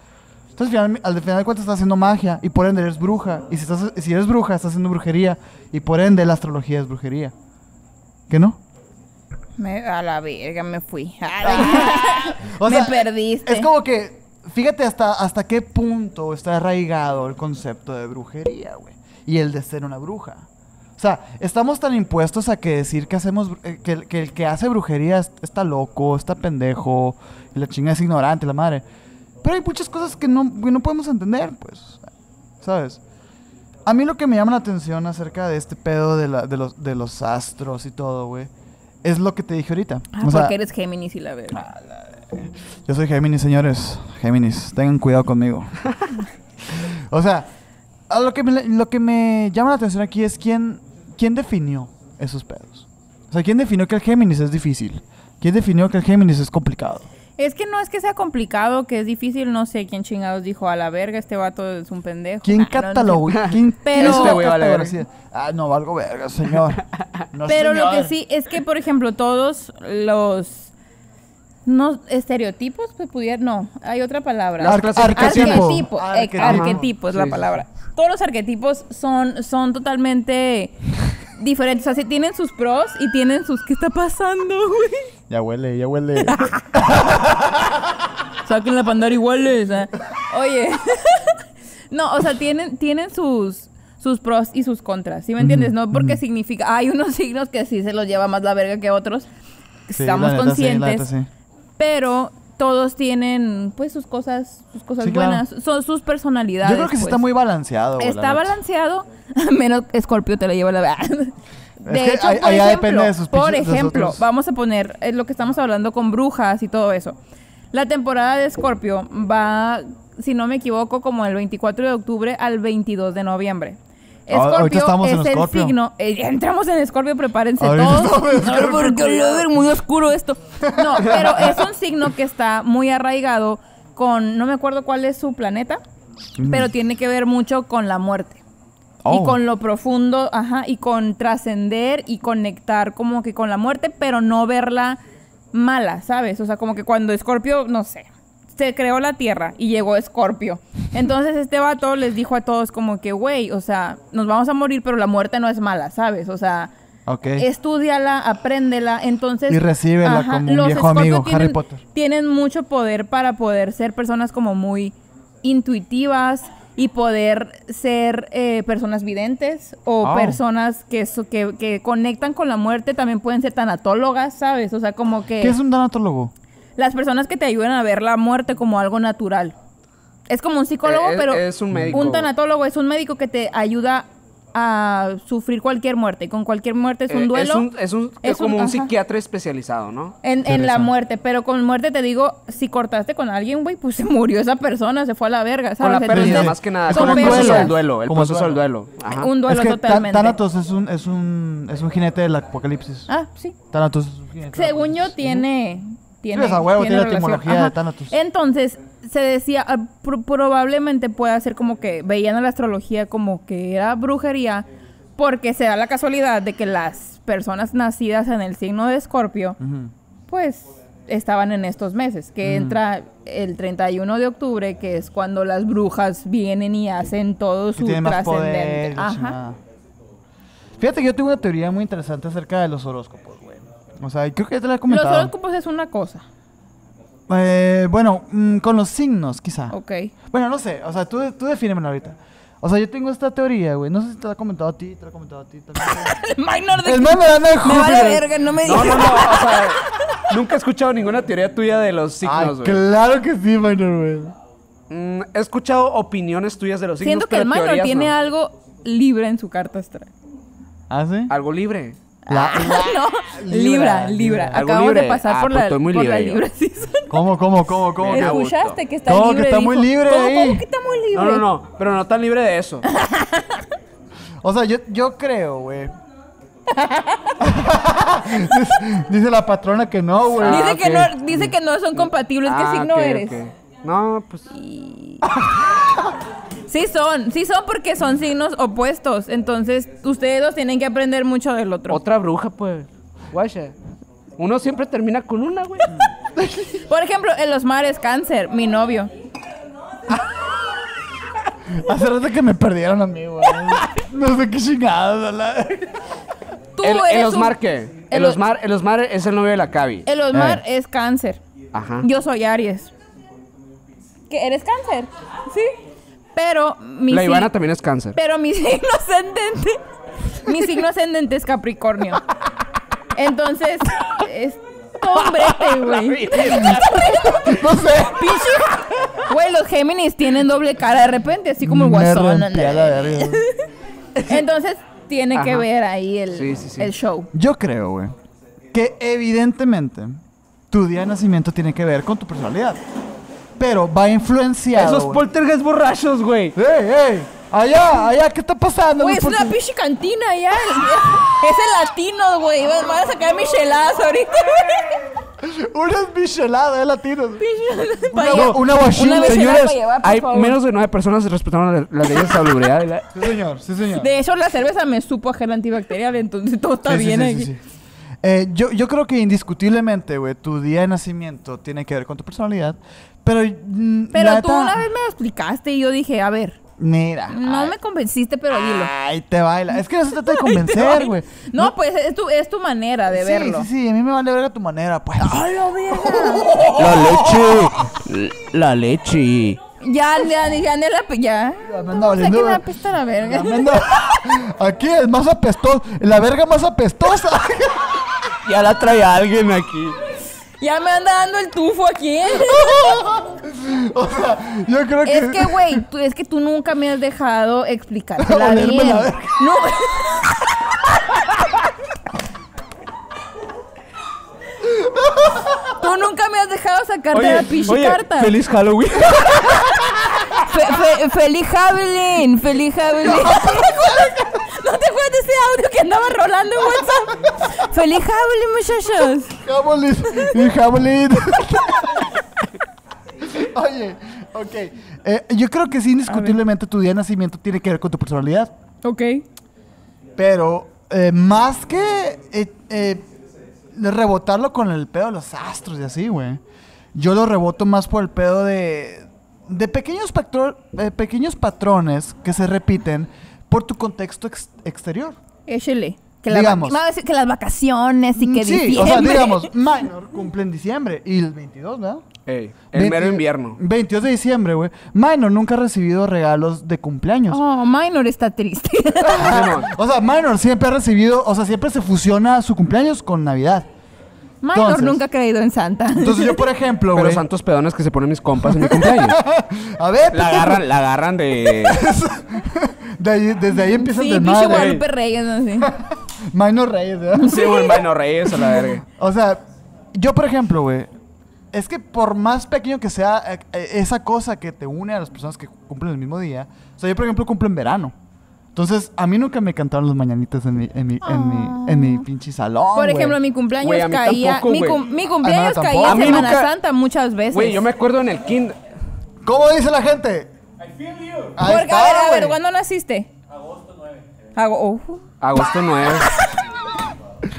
Speaker 1: Entonces, al final, al final de cuentas, estás haciendo magia y por ende eres bruja. Y si, estás, si eres bruja, estás haciendo brujería. Y por ende, la astrología es brujería. ¿Que no?
Speaker 3: Me- a la verga me fui.
Speaker 1: O
Speaker 3: me
Speaker 1: sea,
Speaker 3: perdiste.
Speaker 1: Es como que, fíjate hasta, hasta qué punto está arraigado el concepto de brujería, güey. Y el de ser una bruja. O sea, estamos tan impuestos a que decir que hacemos bru- eh, que, el- que el que hace brujería es- está loco, está pendejo, y la chinga es ignorante, la madre. Pero hay muchas cosas que no, que no podemos entender, pues. ¿Sabes? A mí lo que me llama la atención acerca de este pedo de, la- de los, de los astros y todo, güey, es lo que te dije ahorita.
Speaker 3: Ah,
Speaker 1: O sea,
Speaker 3: porque eres Géminis y la verga.
Speaker 1: Yo soy Géminis, señores. Géminis, tengan cuidado conmigo. o sea, a lo, que me, lo que me llama la atención aquí es quién, quién definió esos pedos. O sea, quién definió que el Géminis es difícil. ¿Quién definió que el Géminis es complicado?
Speaker 3: Es que no es que sea complicado, que es difícil, no sé quién chingados dijo, a la verga, este vato es un pendejo.
Speaker 1: ¿Quién
Speaker 3: Nah, Ah, no, no es
Speaker 1: catalogó?
Speaker 3: cierto.
Speaker 1: ¿Quién,
Speaker 3: Pero-
Speaker 1: quién
Speaker 2: Este güey vale
Speaker 1: catalogó
Speaker 2: verga.
Speaker 1: así? Ah, no, valgo verga, señor. No,
Speaker 3: Pero lo que
Speaker 1: señor.
Speaker 3: sí es que, por ejemplo, todos los no estereotipos, pues pudiera, no, hay otra palabra.
Speaker 2: Las
Speaker 1: Ar-
Speaker 2: clasificaciones.
Speaker 1: arquetipo.
Speaker 3: Arquetipo, eh,
Speaker 1: Arquetipo.
Speaker 3: arquetipo es
Speaker 2: Sí,
Speaker 3: la
Speaker 2: sí,
Speaker 3: palabra. Todos los arquetipos son, son totalmente diferentes. O sea, sí tienen sus pros y tienen sus. ¿Qué está pasando, güey?
Speaker 1: Ya huele, ya huele.
Speaker 3: Saquen la pandar iguales. ¿eh? Oye. no, o sea, tienen, tienen sus. Sus pros y sus contras, ¿sí me entiendes? No porque significa. Hay unos signos que sí se los lleva más la verga que otros.
Speaker 1: Sí,
Speaker 3: Estamos
Speaker 1: la neta sí, la
Speaker 3: conscientes.
Speaker 1: neta sí.
Speaker 3: Pero todos tienen, pues, sus cosas, sus cosas
Speaker 1: Sí, claro.
Speaker 3: buenas. Son sus personalidades.
Speaker 1: Yo creo que sí
Speaker 3: pues.
Speaker 1: está muy balanceado. güey, la neta.
Speaker 3: Está balanceado, menos Scorpio te la lleva la verdad. De
Speaker 1: que
Speaker 3: hecho,
Speaker 1: ahí-
Speaker 3: por
Speaker 1: ahí ya
Speaker 3: ejemplo,
Speaker 1: depende de sus
Speaker 3: por
Speaker 1: pinches- de sus
Speaker 3: ejemplo
Speaker 1: otros-
Speaker 3: vamos a poner eh, lo que estamos hablando con brujas y todo eso. La temporada de Scorpio va, si no me equivoco, como el 24 de octubre al 22 de noviembre.
Speaker 1: Ah, ahorita
Speaker 3: Scorpio
Speaker 1: estamos en
Speaker 3: es el
Speaker 1: Scorpio.
Speaker 3: signo. eh, ya entramos en Scorpio, prepárense
Speaker 1: Ahorita
Speaker 3: todos.
Speaker 1: estamos en Scorpio.
Speaker 3: Porque lo ver muy oscuro esto. No, pero es un signo que está muy arraigado con, no me acuerdo cuál es su planeta, pero tiene que ver mucho con la muerte.
Speaker 1: Mm. Oh.
Speaker 3: Y con lo profundo, ajá, y con trascender y conectar como que con la muerte, pero no verla mala, ¿sabes? O sea, como que cuando Escorpio, no sé, se creó la Tierra y llegó Escorpio. Entonces este vato les dijo a todos como que, güey, o sea, nos vamos a morir, pero la muerte no es mala, ¿sabes? O sea,
Speaker 1: Ok.
Speaker 3: este estudiala, apréndela, entonces...
Speaker 1: Y recíbela como un viejo
Speaker 3: Scorpio
Speaker 1: amigo,
Speaker 3: tienen-
Speaker 1: Harry Potter.
Speaker 3: Tienen mucho poder para poder ser personas como muy intuitivas y poder ser eh, personas videntes o
Speaker 1: Oh.
Speaker 3: personas que, so- que, que conectan con la muerte, también pueden ser tanatólogas, ¿sabes? O sea, como que
Speaker 1: ¿Qué es un tanatólogo?
Speaker 3: las personas que te ayudan a ver la muerte como algo natural. Es como un psicólogo,
Speaker 2: Eh, es-
Speaker 3: pero
Speaker 2: es un médico.
Speaker 3: tanatólogo es un médico que te ayuda a sufrir cualquier muerte. Y Con cualquier muerte es
Speaker 2: Eh,
Speaker 3: un duelo.
Speaker 2: Es, un- es un- es
Speaker 3: Es
Speaker 2: como
Speaker 3: un-
Speaker 2: un,
Speaker 3: ajá.
Speaker 2: psiquiatra especializado, ¿no?
Speaker 3: En, en la
Speaker 1: Interesante.
Speaker 3: muerte, pero con muerte te digo, si cortaste con alguien, güey, pues se murió esa persona, se fue a la verga,
Speaker 2: Con
Speaker 3: ¿sabes?
Speaker 2: la pérdida,
Speaker 1: Entonces,
Speaker 2: más que nada.
Speaker 1: es
Speaker 2: Con
Speaker 1: como
Speaker 2: el
Speaker 1: un
Speaker 2: proceso
Speaker 1: duelo.
Speaker 2: del duelo. El
Speaker 1: Como
Speaker 2: proceso del
Speaker 1: duelo.
Speaker 2: duelo. Ajá.
Speaker 3: Un duelo
Speaker 1: es que Tan-
Speaker 3: totalmente.
Speaker 1: Thanatos es un, es, un, es un jinete del apocalipsis.
Speaker 3: Ah, sí.
Speaker 1: Thanatos es un jinete. del
Speaker 3: Según yo,
Speaker 1: apocalipsis.
Speaker 3: tiene. Tiene,
Speaker 1: esa huevo, tiene la
Speaker 3: relación.
Speaker 1: etimología de
Speaker 3: Ajá.
Speaker 1: Thanatos.
Speaker 3: Entonces, se decía, ah, pro- probablemente pueda ser como que veían a la astrología como que era brujería, porque se da la casualidad de que las personas nacidas en el signo de Escorpio,
Speaker 1: Ujú.
Speaker 3: pues estaban en estos meses, que entra el 31 de octubre, que es cuando las brujas vienen y hacen todo
Speaker 1: Que
Speaker 3: su
Speaker 1: tiene más poder.
Speaker 3: trascendente.
Speaker 1: y la
Speaker 3: Ajá.
Speaker 1: chingada. Fíjate que yo tengo una teoría muy interesante acerca de los horóscopos, güey. O sea, creo que ya te la he
Speaker 3: Los
Speaker 1: comentado.
Speaker 3: horóscopos es una cosa,
Speaker 1: Eh, bueno, mm, con los signos, quizá.
Speaker 2: Ah.
Speaker 3: ¿ok?
Speaker 1: Bueno, no sé. O sea, tú, tú defínemela ahorita. O sea, yo tengo esta teoría, güey. No sé si te la he comentado a ti, te la he comentado a ti. te la he comentado a ti.
Speaker 3: El minor de...
Speaker 1: El meme de Ana de
Speaker 3: Me vale
Speaker 1: Júpiter.
Speaker 3: verga, no me
Speaker 2: No,
Speaker 3: digas.
Speaker 2: no, no. O sea, nunca he escuchado ninguna teoría tuya de los
Speaker 1: Ay,
Speaker 2: signos, güey.
Speaker 1: claro que sí, minor, güey.
Speaker 2: Mm, he escuchado opiniones tuyas de los signos,
Speaker 3: Siento que
Speaker 2: pero
Speaker 3: el minor
Speaker 2: teorías
Speaker 3: tiene
Speaker 2: no.
Speaker 3: algo libre en su carta astral.
Speaker 1: ¿Ah, sí?
Speaker 2: algo libre.
Speaker 3: no, Libra, Libra.
Speaker 2: Algo
Speaker 3: Acabamos de
Speaker 2: Ah, libre.
Speaker 3: pasar
Speaker 2: Ah,
Speaker 3: por,
Speaker 2: pues
Speaker 3: la,
Speaker 2: estoy muy
Speaker 3: por la
Speaker 2: libre yo.
Speaker 3: Libra season.
Speaker 1: ¿Cómo, cómo, cómo, cómo?
Speaker 2: Venga, Augusto.
Speaker 3: Escuchaste que está
Speaker 1: No, que
Speaker 3: libre.
Speaker 1: está muy
Speaker 3: dijo.
Speaker 1: libre
Speaker 3: ¿Cómo,
Speaker 1: ahí.
Speaker 3: cómo que está muy libre?
Speaker 2: No, no, no. Pero no tan libre de eso.
Speaker 1: O sea, yo, yo creo, güey. Dice la patrona que no, güey.
Speaker 3: Dice,
Speaker 2: Ah,
Speaker 3: que
Speaker 2: ok.
Speaker 3: no dice que no son compatibles. ¿Qué
Speaker 2: Ah,
Speaker 3: signo
Speaker 2: ok,
Speaker 3: eres?
Speaker 2: ok. No, pues.
Speaker 3: Sí son, sí son porque son signos opuestos. Entonces, ustedes dos tienen que aprender mucho del otro.
Speaker 2: Otra bruja, pues. Guacha. Uno siempre termina con una, güey.
Speaker 3: Por ejemplo, en los mares, cáncer, mi novio.
Speaker 1: Hace rato que me perdieron a mí, güey. No sé qué chingados. la-
Speaker 3: Tú
Speaker 2: el,
Speaker 3: eres
Speaker 2: el Osmar,
Speaker 3: un-
Speaker 2: ¿qué? Eh.
Speaker 3: El
Speaker 2: El
Speaker 3: o-
Speaker 2: Osmar, el Osmar es el novio de la Cavi.
Speaker 3: El Osmar es cáncer.
Speaker 2: Ajá.
Speaker 3: Yo soy Aries. ¿Que eres cáncer? Sí. Pero mi
Speaker 2: la
Speaker 3: sig-
Speaker 2: Ivana también es cáncer.
Speaker 3: Pero mi signo ascendente. mi signo ascendente es Capricornio. Entonces, es hombrete, güey.
Speaker 1: No sé.
Speaker 3: Güey, los Géminis tienen doble cara de repente, así como el
Speaker 1: Me
Speaker 3: guasón.
Speaker 1: rompí a la
Speaker 3: ándale.
Speaker 1: verga.
Speaker 3: Entonces tiene que
Speaker 2: Ajá.
Speaker 3: ver ahí el,
Speaker 2: Sí, sí, sí.
Speaker 3: el show.
Speaker 1: Yo creo, güey, que evidentemente tu día de nacimiento tiene que ver con tu personalidad. Pero va influenciado.
Speaker 2: Esos
Speaker 1: güey.
Speaker 2: poltergeist borrachos, güey.
Speaker 1: ¡Ey, ey! ¡Allá, allá! ¿Qué está pasando?
Speaker 3: Güey,
Speaker 1: Los
Speaker 3: es una
Speaker 1: polter-
Speaker 3: pinche cantina ya. Es el latino, güey. Me Van a sacar micheladas ahorita, güey.
Speaker 1: Unas micheladas de latinos.
Speaker 3: Pa'
Speaker 1: Una,
Speaker 3: llevar-
Speaker 1: una guachula.
Speaker 3: michelada
Speaker 2: Señores,
Speaker 3: pa' llevar, por
Speaker 2: hay
Speaker 3: favor.
Speaker 2: menos de nueve personas que respetaron la- las leyes de salubridad. y la-
Speaker 1: Sí, señor. Sí, señor.
Speaker 3: De hecho, la cerveza me supo a gel antibacterial, entonces todo está
Speaker 1: Sí, sí,
Speaker 3: bien
Speaker 1: sí,
Speaker 3: aquí.
Speaker 1: sí, sí. Eh, yo, yo creo que indiscutiblemente, güey, tu día de nacimiento tiene que ver con tu personalidad. Pero, mm,
Speaker 3: Pero
Speaker 1: la
Speaker 3: tú
Speaker 1: neta,
Speaker 3: una vez me lo explicaste y yo dije, a ver,
Speaker 1: Mira.
Speaker 3: no
Speaker 1: ay,
Speaker 3: me convenciste, pero dilo.
Speaker 1: Ay, te baila. Es que no se trata de convencer, güey.
Speaker 3: No, pues es tu, es tu manera
Speaker 1: sí,
Speaker 3: de verlo.
Speaker 1: Sí, sí, a mí me vale verga tu manera, pues.
Speaker 2: La leche. La leche.
Speaker 3: Ya, ya, ya, ya, ya, ya.
Speaker 1: Ya me anda
Speaker 3: No sé
Speaker 1: valiendo
Speaker 3: que me
Speaker 1: ver-
Speaker 3: apesta la verga.
Speaker 1: Ya me anda- Aquí es más apestoso. La verga más apestosa.
Speaker 2: Ya la trae alguien aquí.
Speaker 3: Ya me anda dando el tufo aquí.
Speaker 1: o sea, yo creo que.
Speaker 3: es que, güey, tú- es que tú nunca me has dejado explicártela
Speaker 1: Olerme
Speaker 3: bien.
Speaker 1: la verga.
Speaker 3: No. Tú nunca me has dejado sacarte la pinche carta.
Speaker 2: feliz Halloween.
Speaker 3: Fe- fe- feliz Javelin, feliz Javelin. ¿No te acuerdas de ese audio que andaba rolando en WhatsApp? Feliz Javelin, muchachos.
Speaker 1: Jabolín. Y jabolín. Oye, ok. Eh, yo creo que sí, indiscutiblemente tu día de nacimiento tiene que ver con tu personalidad.
Speaker 3: Ok.
Speaker 1: Pero eh, más que eh, eh, rebotarlo con el pedo de los astros y así, güey. Yo lo reboto más por el pedo de, de pequeños, patro- eh, pequeños patrones que se repiten por tu contexto ex- exterior.
Speaker 3: Échele. Que, la
Speaker 1: Digamos.
Speaker 3: va- me va a decir que las vacaciones y que
Speaker 1: Mm, sí,
Speaker 3: diciembre.
Speaker 1: o sea, digamos, Minor cumple en diciembre y el 22, ¿verdad?
Speaker 2: Ey, el
Speaker 1: 20
Speaker 2: mero invierno.
Speaker 1: 22 de diciembre, güey. Minor nunca ha recibido regalos de cumpleaños.
Speaker 2: Ah.
Speaker 3: Oh, Minor está triste.
Speaker 2: Simón.
Speaker 1: O sea, Minor siempre ha recibido, o sea, siempre se fusiona su cumpleaños con Navidad.
Speaker 3: Minor
Speaker 1: Entonces.
Speaker 3: nunca ha creído en Santa.
Speaker 1: Entonces yo, por ejemplo,
Speaker 2: Pero
Speaker 1: güey.
Speaker 2: santos pedones que se ponen mis compas en mi cumpleaños.
Speaker 1: A ver,
Speaker 2: La agarran, la agarran de.
Speaker 1: de ahí- desde ahí empieza
Speaker 3: sí,
Speaker 1: el
Speaker 3: pinche
Speaker 1: desmadre.
Speaker 3: Guadalupe Reyes, no sé.
Speaker 1: Minor Reyes, ¿verdad?
Speaker 2: Sí, bueno, bueno, reyes a la verga.
Speaker 1: O sea, yo, por ejemplo, güey. Es que por más pequeño que sea eh, eh, esa cosa que te une a las personas que cumplen el mismo día. O sea, yo, por ejemplo, cumplo en verano. Entonces, a mí nunca me cantaron las mañanitas en mi, en mi, en mi, en mi pinche salón.
Speaker 3: Ah. Por
Speaker 1: güey.
Speaker 3: ejemplo, mi cumpleaños
Speaker 2: Güey, a mí
Speaker 3: caía.
Speaker 2: tampoco,
Speaker 3: mi,
Speaker 2: güey.
Speaker 3: cum- mi cumpleaños
Speaker 1: Ah, no,
Speaker 3: caía
Speaker 1: tampoco.
Speaker 2: A
Speaker 3: en
Speaker 2: mí
Speaker 3: Semana
Speaker 2: nunca-
Speaker 3: Santa muchas veces.
Speaker 2: Güey, yo me acuerdo en el kinder.
Speaker 1: ¿Cómo dice la gente? Ahí
Speaker 3: Porque,
Speaker 1: está,
Speaker 3: a ver, a ver,
Speaker 1: güey.
Speaker 3: ¿cuándo naciste? Agosto 9.
Speaker 2: Agosto 9.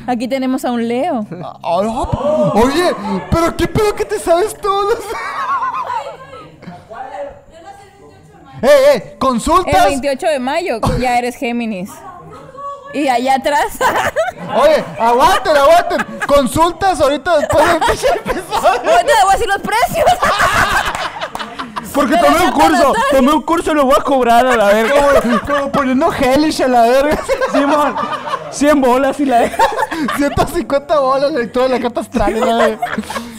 Speaker 3: Aquí tenemos a un Leo.
Speaker 1: Ah, ah, Oye, pero qué pedo que te sabes todos los- ¡Ey, ey!
Speaker 3: El
Speaker 1: ¡Consultas!
Speaker 3: 28 de mayo ya eres Géminis. Y allá atrás.
Speaker 1: Oye, aguanten, aguanten. Consultas ahorita después del pinche episodio.
Speaker 3: Ahorita te voy a decir los precios.
Speaker 2: Porque
Speaker 3: Pero tomé un ya te lo curso, estoy-
Speaker 2: tomé un curso y lo voy a cobrar a la verga.
Speaker 1: Como, como poniendo hellish a la verga.
Speaker 2: Simón, 100 bolas y la verga.
Speaker 1: 150 bolas la lectura de la carta astral. y la verga.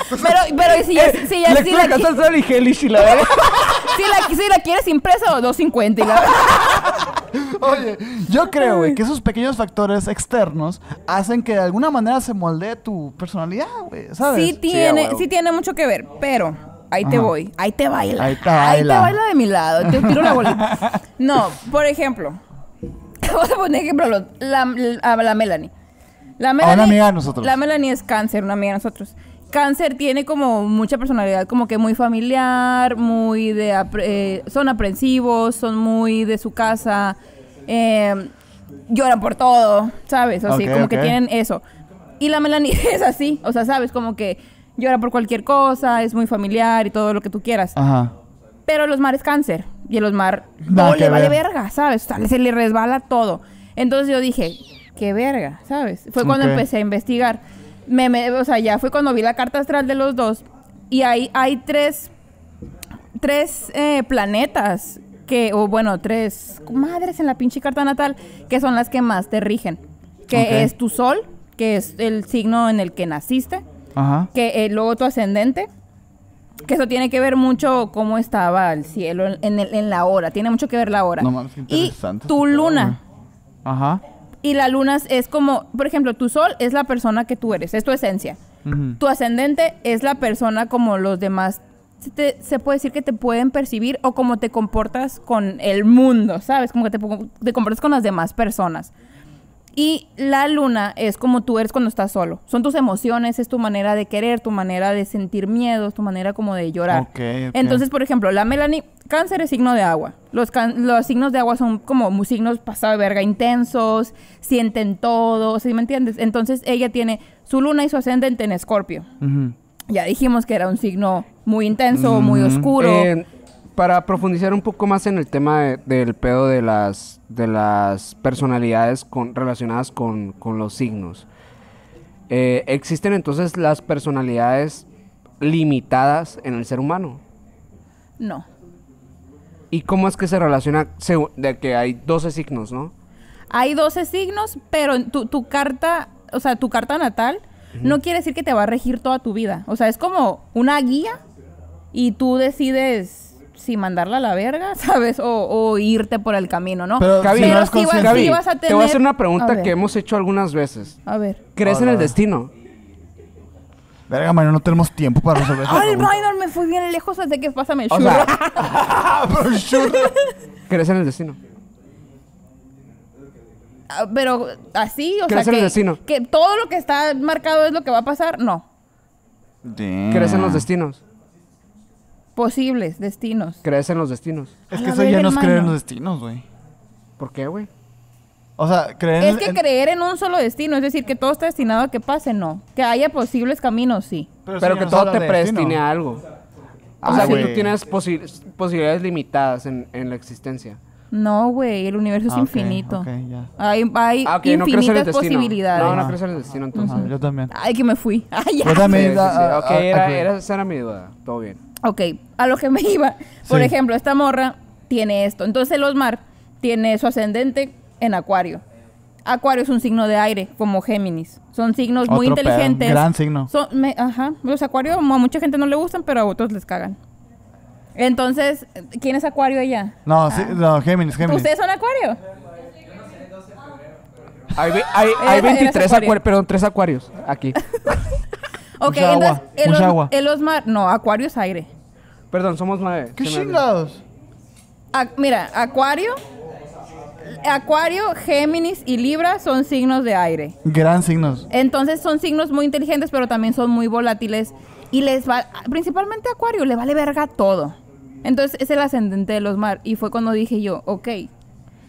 Speaker 3: Pero, pero si ya, si ya si
Speaker 2: Lectura
Speaker 3: la,
Speaker 2: de casa astral y Hellish y la verga.
Speaker 3: si la- si la quieres impresa, 250. Y la,
Speaker 1: Oye, yo creo, güey, que esos pequeños factores externos hacen que de alguna manera se moldee tu personalidad, güey, ¿sabes?
Speaker 3: sí tiene,
Speaker 2: huevo.
Speaker 3: sí tiene mucho que ver, pero ahí te
Speaker 1: Ajá.
Speaker 3: voy, ahí te baila.
Speaker 1: Ahí te baila.
Speaker 3: Ahí te baila de mi lado, te tiro la bolita. No, por ejemplo, vamos a poner ejemplo lo- la, a la Melanie. La Melanie
Speaker 1: amiga de nosotros.
Speaker 3: La Melanie es cáncer, una amiga de nosotros. Cáncer tiene como mucha personalidad, como que muy familiar, muy de... apre- eh, son aprensivos, son muy de su casa, eh, lloran por todo, ¿sabes? Así,
Speaker 1: Ok,
Speaker 3: como que
Speaker 1: ok.
Speaker 3: tienen eso. Y la Melanie es así, o sea, sabes, como que llora por cualquier cosa, es muy familiar y todo lo que tú quieras.
Speaker 1: Ajá.
Speaker 3: Pero los mar es cáncer y el Osmar
Speaker 1: Nada
Speaker 3: no
Speaker 1: que
Speaker 3: le vale
Speaker 1: ver.
Speaker 3: verga, ¿sabes? O sea, se le resbala todo. Entonces yo dije, qué verga, ¿sabes? Fue cuando
Speaker 1: Ok.
Speaker 3: empecé a investigar. Me, me- o sea, ya fue cuando vi la carta astral de los dos y hay, hay tres, tres eh, planetas que, o bueno, tres madres en la pinche carta natal que son las que más te rigen. Que
Speaker 1: Ok.
Speaker 3: es tu sol, que es el signo en el que naciste
Speaker 1: Ajá.
Speaker 3: que eh, luego tu ascendente, que eso tiene que ver mucho cómo estaba el cielo en, en el- en la hora, tiene mucho que ver la hora.
Speaker 1: No mames, qué
Speaker 3: y
Speaker 1: interesante
Speaker 3: tu
Speaker 1: este pedo,
Speaker 3: luna,
Speaker 1: Ajá.
Speaker 3: Y la luna es- es como, por ejemplo, tu sol es la persona que tú eres, es tu esencia.
Speaker 1: Ujú.
Speaker 3: Tu ascendente es la persona como los demás. Se, te- se puede decir que te pueden percibir o como te comportas con el mundo, ¿sabes? Como que te, po- te comportas con las demás personas. Y la luna es como tú eres cuando estás solo. Son tus emociones, es tu manera de querer, tu manera de sentir miedos, tu manera como de llorar.
Speaker 1: Ok, ok.
Speaker 3: Entonces, por ejemplo, la Melanie, cáncer es signo de agua. Los, can- los signos de agua son como mu- signos pasado de verga intensos, sienten todo, ¿sí me entiendes? Entonces, ella tiene su luna y su ascendente en escorpio.
Speaker 1: Ujú.
Speaker 3: Ya dijimos que era un signo muy intenso, muy oscuro.
Speaker 2: Eh, para profundizar un poco más en el tema de- del pedo de las, de las personalidades con, relacionadas con, con los signos. Eh, ¿Existen entonces las personalidades limitadas en el ser humano?
Speaker 3: no.
Speaker 2: ¿Y cómo es que se relaciona segu- de que hay 12 signos, no?
Speaker 3: Hay 12 signos, pero en tu, tu carta, o sea, tu carta natal no quiere decir que te va a regir toda tu vida. O sea, es como una guía y tú decides si mandarla a la verga, ¿sabes? O, o irte por el camino, ¿no?
Speaker 1: Pero Gaby, no es
Speaker 3: sí vas,
Speaker 1: consciente.
Speaker 3: sí
Speaker 2: Gaby,
Speaker 3: vas a tener...
Speaker 2: te voy a hacer una
Speaker 3: A
Speaker 2: pregunta
Speaker 3: ver,
Speaker 2: que hemos hecho algunas veces.
Speaker 3: A ver.
Speaker 2: ¿Crees en
Speaker 1: Hola.
Speaker 2: el destino?
Speaker 1: Verga, Mario, no tenemos tiempo para resolver esa
Speaker 3: Ay,
Speaker 1: pregunta.
Speaker 3: Minor, me fui bien lejos desde que pásame el
Speaker 2: O
Speaker 3: churro.
Speaker 2: sea,
Speaker 1: Ah, pero sure.
Speaker 2: ¿crees en el destino?
Speaker 3: Ah, Pero así, o sea,
Speaker 2: ¿Crees en el
Speaker 3: que,
Speaker 2: destino?
Speaker 3: que todo lo que está marcado es lo que va a pasar, no.
Speaker 1: Damn.
Speaker 2: ¿Crees en los destinos?
Speaker 3: Posibles destinos.
Speaker 2: ¿Crees en los destinos?
Speaker 1: Es
Speaker 3: A
Speaker 1: que
Speaker 3: la
Speaker 1: eso ya
Speaker 3: verga,
Speaker 1: no es creer en
Speaker 3: hermano.
Speaker 1: los destinos, güey.
Speaker 2: ¿Por qué, güey?
Speaker 1: O sea, creer
Speaker 3: Es
Speaker 1: en-
Speaker 3: que
Speaker 1: en-
Speaker 3: creer en un solo destino, es decir, que todo está destinado a que pase, no. Que haya posibles caminos, sí.
Speaker 1: eso
Speaker 2: Pero
Speaker 1: ya
Speaker 2: que
Speaker 1: no
Speaker 2: todo
Speaker 1: habla
Speaker 2: te
Speaker 1: de destino.
Speaker 2: predestine a algo. O
Speaker 1: Ah,
Speaker 2: sea, que
Speaker 1: güey.
Speaker 2: tú tienes posi- posibilidades limitadas en, en la existencia.
Speaker 3: No, güey, el universo es
Speaker 1: Ah, ok,
Speaker 3: infinito.
Speaker 1: ok, ya.
Speaker 3: Hay, hay
Speaker 2: Ah, ok, no crees en el
Speaker 3: infinitas
Speaker 2: destino.
Speaker 3: posibilidades.
Speaker 2: No,
Speaker 1: Ah.
Speaker 2: no crees en el destino, entonces.
Speaker 1: Ajá, yo también.
Speaker 3: Ay, que me fui. Ay,
Speaker 1: Yo
Speaker 3: ya.
Speaker 2: Sí, sí,
Speaker 1: también.
Speaker 2: sí.
Speaker 1: ah,
Speaker 2: Ok,
Speaker 1: ah,
Speaker 2: era,
Speaker 1: agree.
Speaker 2: era- esa era mi duda. Todo bien.
Speaker 3: Ok, a lo que me iba. Por
Speaker 1: Sí.
Speaker 3: ejemplo, esta morra tiene esto. Entonces el Osmar tiene su ascendente en Acuario. Acuario es un signo de aire, como Géminis. Son signos muy
Speaker 1: Otro pedo,
Speaker 3: inteligentes.
Speaker 1: gran signo.
Speaker 3: Son- me- ajá. Los Acuarios a mucha gente no le gustan, pero a otros les cagan. Entonces, ¿quién es Acuario allá?
Speaker 1: No,
Speaker 2: Ah.
Speaker 1: sí, no, Géminis, Géminis.
Speaker 3: ¿Ustedes son Acuario?
Speaker 2: Hay, ve- hay,
Speaker 3: Eres-
Speaker 2: hay
Speaker 3: eres
Speaker 2: 23
Speaker 3: acuario.
Speaker 2: acuarios, perdón, 3 acuarios aquí.
Speaker 3: Ok,
Speaker 1: Mucha agua,
Speaker 3: entonces el,
Speaker 1: mucha
Speaker 3: Os-
Speaker 1: agua.
Speaker 3: el Osmar, no, Acuario es aire.
Speaker 2: Perdón, somos 9.
Speaker 1: ¿Qué chingados?
Speaker 3: Ac- mira, Acuario, Acuario, Géminis y Libra son signos de aire.
Speaker 1: Gran signos.
Speaker 3: Entonces son signos muy inteligentes, pero también son muy volátiles. Y les va, principalmente a Acuario, le vale verga todo. Entonces es el ascendente de los mar. Y fue cuando dije yo, ok,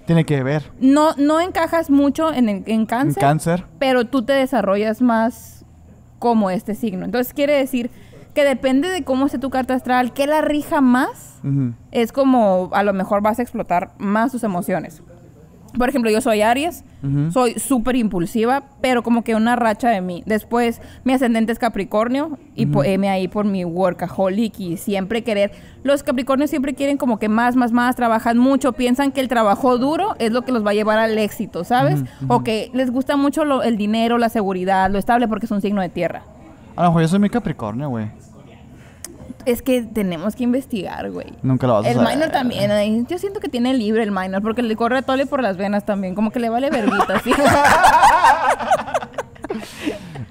Speaker 1: Tiene que ver.
Speaker 3: no, no encajas mucho en, el- en
Speaker 1: En
Speaker 3: cáncer,
Speaker 1: cáncer.
Speaker 3: pero tú te desarrollas más como este signo. Entonces quiere decir que depende de cómo esté tu carta astral, que la rija más,
Speaker 1: Ujú.
Speaker 3: es como a lo mejor vas a explotar más tus emociones. Por ejemplo, yo soy Aries, soy súper impulsiva, pero como que una racha de mí. Después, mi ascendente es Capricornio y po- heme ahí por mi workaholic y siempre querer. Los Capricornios siempre quieren como que más, más, más, trabajan mucho, piensan que el trabajo duro es lo que los va a llevar al éxito, ¿sabes? O que les gusta mucho lo- el dinero, la seguridad, lo estable porque es un signo de tierra.
Speaker 1: A lo mejor yo soy mi Capricornio, güey.
Speaker 3: Es que tenemos que investigar, güey.
Speaker 1: Nunca lo vas a
Speaker 3: El
Speaker 1: saber.
Speaker 3: minor también. ay, Yo siento que tiene libre el minor porque le corre tole por las venas también. Como que le vale verguita, ¿sí?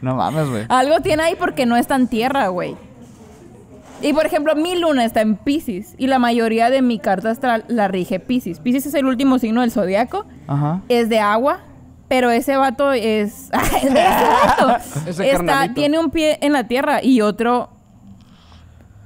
Speaker 1: No mames, güey.
Speaker 3: Algo tiene ahí porque no está en tierra, güey. Y por ejemplo, mi luna está en Pisces y la mayoría de mi carta astral la rige Pisces. Pisces es el último signo del zodiaco,
Speaker 1: Ajá.
Speaker 3: es de agua, pero ese vato es. ese vato
Speaker 2: Ese
Speaker 3: está,
Speaker 2: carnalito.
Speaker 3: tiene un pie en la tierra y otro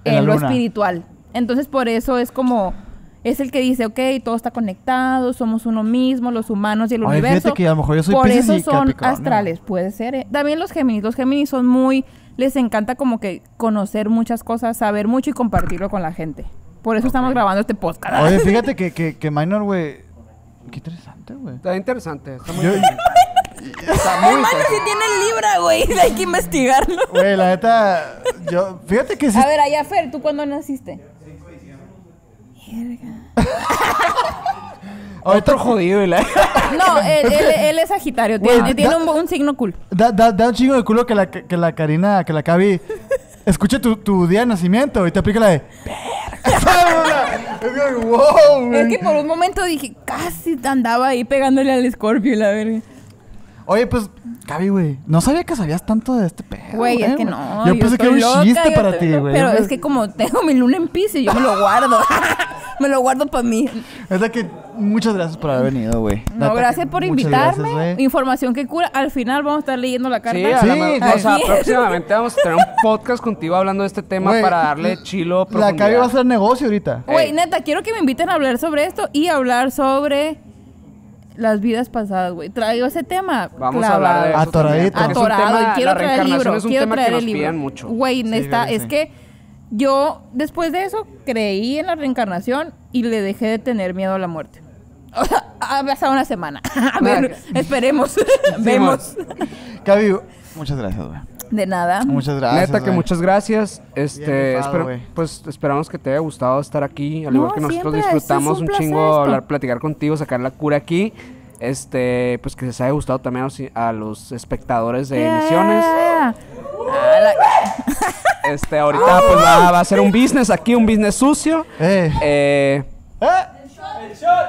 Speaker 1: En la
Speaker 3: en lo
Speaker 1: luna.
Speaker 3: espiritual. Entonces, por eso es como. Es el que dice, ok, todo está conectado, somos uno mismo, los humanos y el
Speaker 1: Ay,
Speaker 3: universo.
Speaker 1: fíjate que a lo mejor yo soy
Speaker 3: Por
Speaker 1: Piscis
Speaker 3: eso
Speaker 1: y
Speaker 3: son
Speaker 1: Capricornio.
Speaker 3: astrales, puede ser. eh. También los Géminis. Los Géminis son muy. Les encanta como que conocer muchas cosas, saber mucho y compartirlo con la gente. Por eso estamos grabando este podcast.
Speaker 1: Oye, fíjate que, que, que Minor, güey. Qué interesante, güey.
Speaker 2: Está interesante. Está muy
Speaker 1: Yo-
Speaker 2: interesante. Está muy interesante.
Speaker 3: si tiene Libra, güey, hay que investigarlo.
Speaker 1: Güey, la neta. Yo. Fíjate que sí.
Speaker 3: A ver, allá, Fer, ¿tú cuándo naciste?
Speaker 1: Ahorita-
Speaker 2: Otro jodido. y la-
Speaker 3: No, él, él- él es Sagitario,
Speaker 1: Güey,
Speaker 3: tiene, tiene
Speaker 1: da-
Speaker 3: un, un signo cool.
Speaker 1: Da, da, da un chingo de culo que la, que la Karina, que la Cabi. Escuche tu, tu día de nacimiento y te aplica la de. Es como, wow, güey.
Speaker 3: Es que por un momento dije, casi andaba ahí pegándole al escorpio, la verga.
Speaker 1: Oye, pues, Gaby, güey, no sabía que sabías tanto de este pedo.
Speaker 3: Güey, es que no.
Speaker 1: Yo, pensé que era
Speaker 3: estoy
Speaker 1: un
Speaker 3: loca,
Speaker 1: chiste
Speaker 3: yo
Speaker 1: para
Speaker 3: estoy
Speaker 1: ti,
Speaker 3: loca,
Speaker 1: güey.
Speaker 3: Pero es que como tengo mi luna en piso, yo me lo guardo. me lo guardo para mí.
Speaker 1: Es de que muchas gracias por haber venido, güey. Neta
Speaker 3: No,
Speaker 1: que
Speaker 3: gracias por
Speaker 1: muchas
Speaker 3: invitarme.
Speaker 1: gracias, güey.
Speaker 3: Información que cura. Al final vamos a estar leyendo la carta.
Speaker 2: Sí, a la
Speaker 1: Sí,
Speaker 2: mejor-
Speaker 1: sí.
Speaker 2: o sea,
Speaker 3: Así es.
Speaker 2: próximamente vamos a tener un podcast contigo hablando de este tema
Speaker 1: Güey,
Speaker 2: para darle chilo
Speaker 1: La Gaby
Speaker 2: profundidad.
Speaker 1: va a hacer negocio ahorita.
Speaker 3: Güey,
Speaker 2: Ey.
Speaker 3: neta, quiero que me inviten a hablar sobre esto y hablar sobre las vidas pasadas, güey. Traigo ese tema.
Speaker 2: Vamos a hablar de eso
Speaker 3: clavado.
Speaker 1: Atoradito.
Speaker 2: también, porque es un
Speaker 3: Atorado.
Speaker 2: tema-
Speaker 3: y quiero
Speaker 2: la
Speaker 3: traer el
Speaker 2: reencarnación
Speaker 3: libro.
Speaker 2: es un
Speaker 3: quiero
Speaker 2: tema
Speaker 3: traer
Speaker 2: que nos
Speaker 3: el libro.
Speaker 2: piden mucho.
Speaker 3: Güey, neta,
Speaker 1: creo que
Speaker 3: es
Speaker 1: sí.
Speaker 3: que yo después de eso creí en la reencarnación y le dejé de tener miedo a la muerte. O sea, ha pasado una semana. A ver, esperemos. Vemos.
Speaker 1: Gaby, muchas gracias, güey.
Speaker 3: De nada.
Speaker 1: Muchas gracias.
Speaker 2: Neta que
Speaker 1: güey.
Speaker 2: muchas gracias. Este,
Speaker 1: rifado,
Speaker 2: espero-
Speaker 1: güey.
Speaker 2: pues esperamos que te haya gustado estar aquí, al
Speaker 3: No,
Speaker 2: igual que nosotros
Speaker 3: siempre, esto es
Speaker 2: disfrutamos
Speaker 3: un
Speaker 2: un,
Speaker 3: placer
Speaker 2: chingo
Speaker 3: esto.
Speaker 2: hablar, platicar contigo, sacar la cura aquí. Este, pues que les haya gustado también a los, a los espectadores de emisiones.
Speaker 3: Ah, la-
Speaker 2: Este, ahorita pues va, va a ser un business aquí, un business sucio.
Speaker 1: Eh.
Speaker 2: Eh,
Speaker 1: ¡Eh!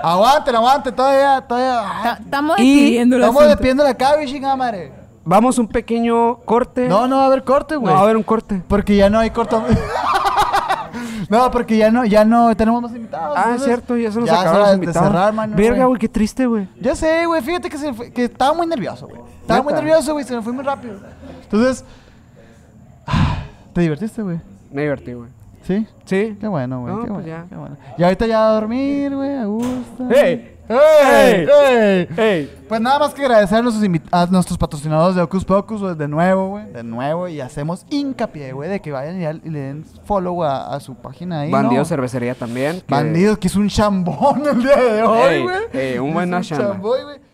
Speaker 1: Aguanten, aguanten, todavía, todavía.
Speaker 3: ta- Estamos
Speaker 2: Y
Speaker 3: despidiendo el
Speaker 1: Estamos
Speaker 3: asunto.
Speaker 1: despidiendo la Gaby, chingada madre.
Speaker 2: vamos un pequeño corte.
Speaker 1: No, no va a haber corte,
Speaker 2: no
Speaker 1: güey.
Speaker 2: va a haber un corte.
Speaker 1: Porque ya no hay corto. no, porque ya no, ya no tenemos más invitados.
Speaker 2: Ah, es
Speaker 1: entonces,
Speaker 2: cierto, ya se nos
Speaker 1: ya es
Speaker 2: acabaron
Speaker 1: hora
Speaker 2: los
Speaker 1: de
Speaker 2: invitados.
Speaker 1: cerrar, mano,
Speaker 2: Verga,
Speaker 1: güey.
Speaker 2: güey, qué triste, güey.
Speaker 1: Ya sé, güey, fíjate que, se fue- que estaba muy nervioso, güey. Estaba muy
Speaker 2: Neta.
Speaker 1: nervioso, güey, se me fue muy rápido. Entonces, ¿te divertiste, güey?
Speaker 2: Me divertí, güey.
Speaker 1: ¿Sí?
Speaker 2: Sí.
Speaker 1: Qué bueno, güey,
Speaker 2: No,
Speaker 1: qué,
Speaker 2: pues
Speaker 1: bueno,
Speaker 2: ya.
Speaker 1: qué bueno. Y ahorita ya a dormir, güey, a gusto.
Speaker 2: ¡Ey!
Speaker 1: ¡Ey!
Speaker 2: ¡Ey!
Speaker 1: ¡Ey!
Speaker 2: ¡Ey!
Speaker 1: Pues nada más que agradecer a nuestros, invi- a nuestros patrocinadores de Ocus Pocus, güey, de nuevo, güey, de nuevo, y hacemos hincapié, güey, de que vayan y, al- y le den follow a, a su página ahí.
Speaker 2: Bandido
Speaker 1: ¿no?
Speaker 2: Cervecería también. que-
Speaker 1: Bandidos, que es un chambón el día de hoy,
Speaker 2: Ey,
Speaker 1: güey.
Speaker 2: ey, un
Speaker 1: Es
Speaker 2: buena chamba.
Speaker 1: chambón, güey.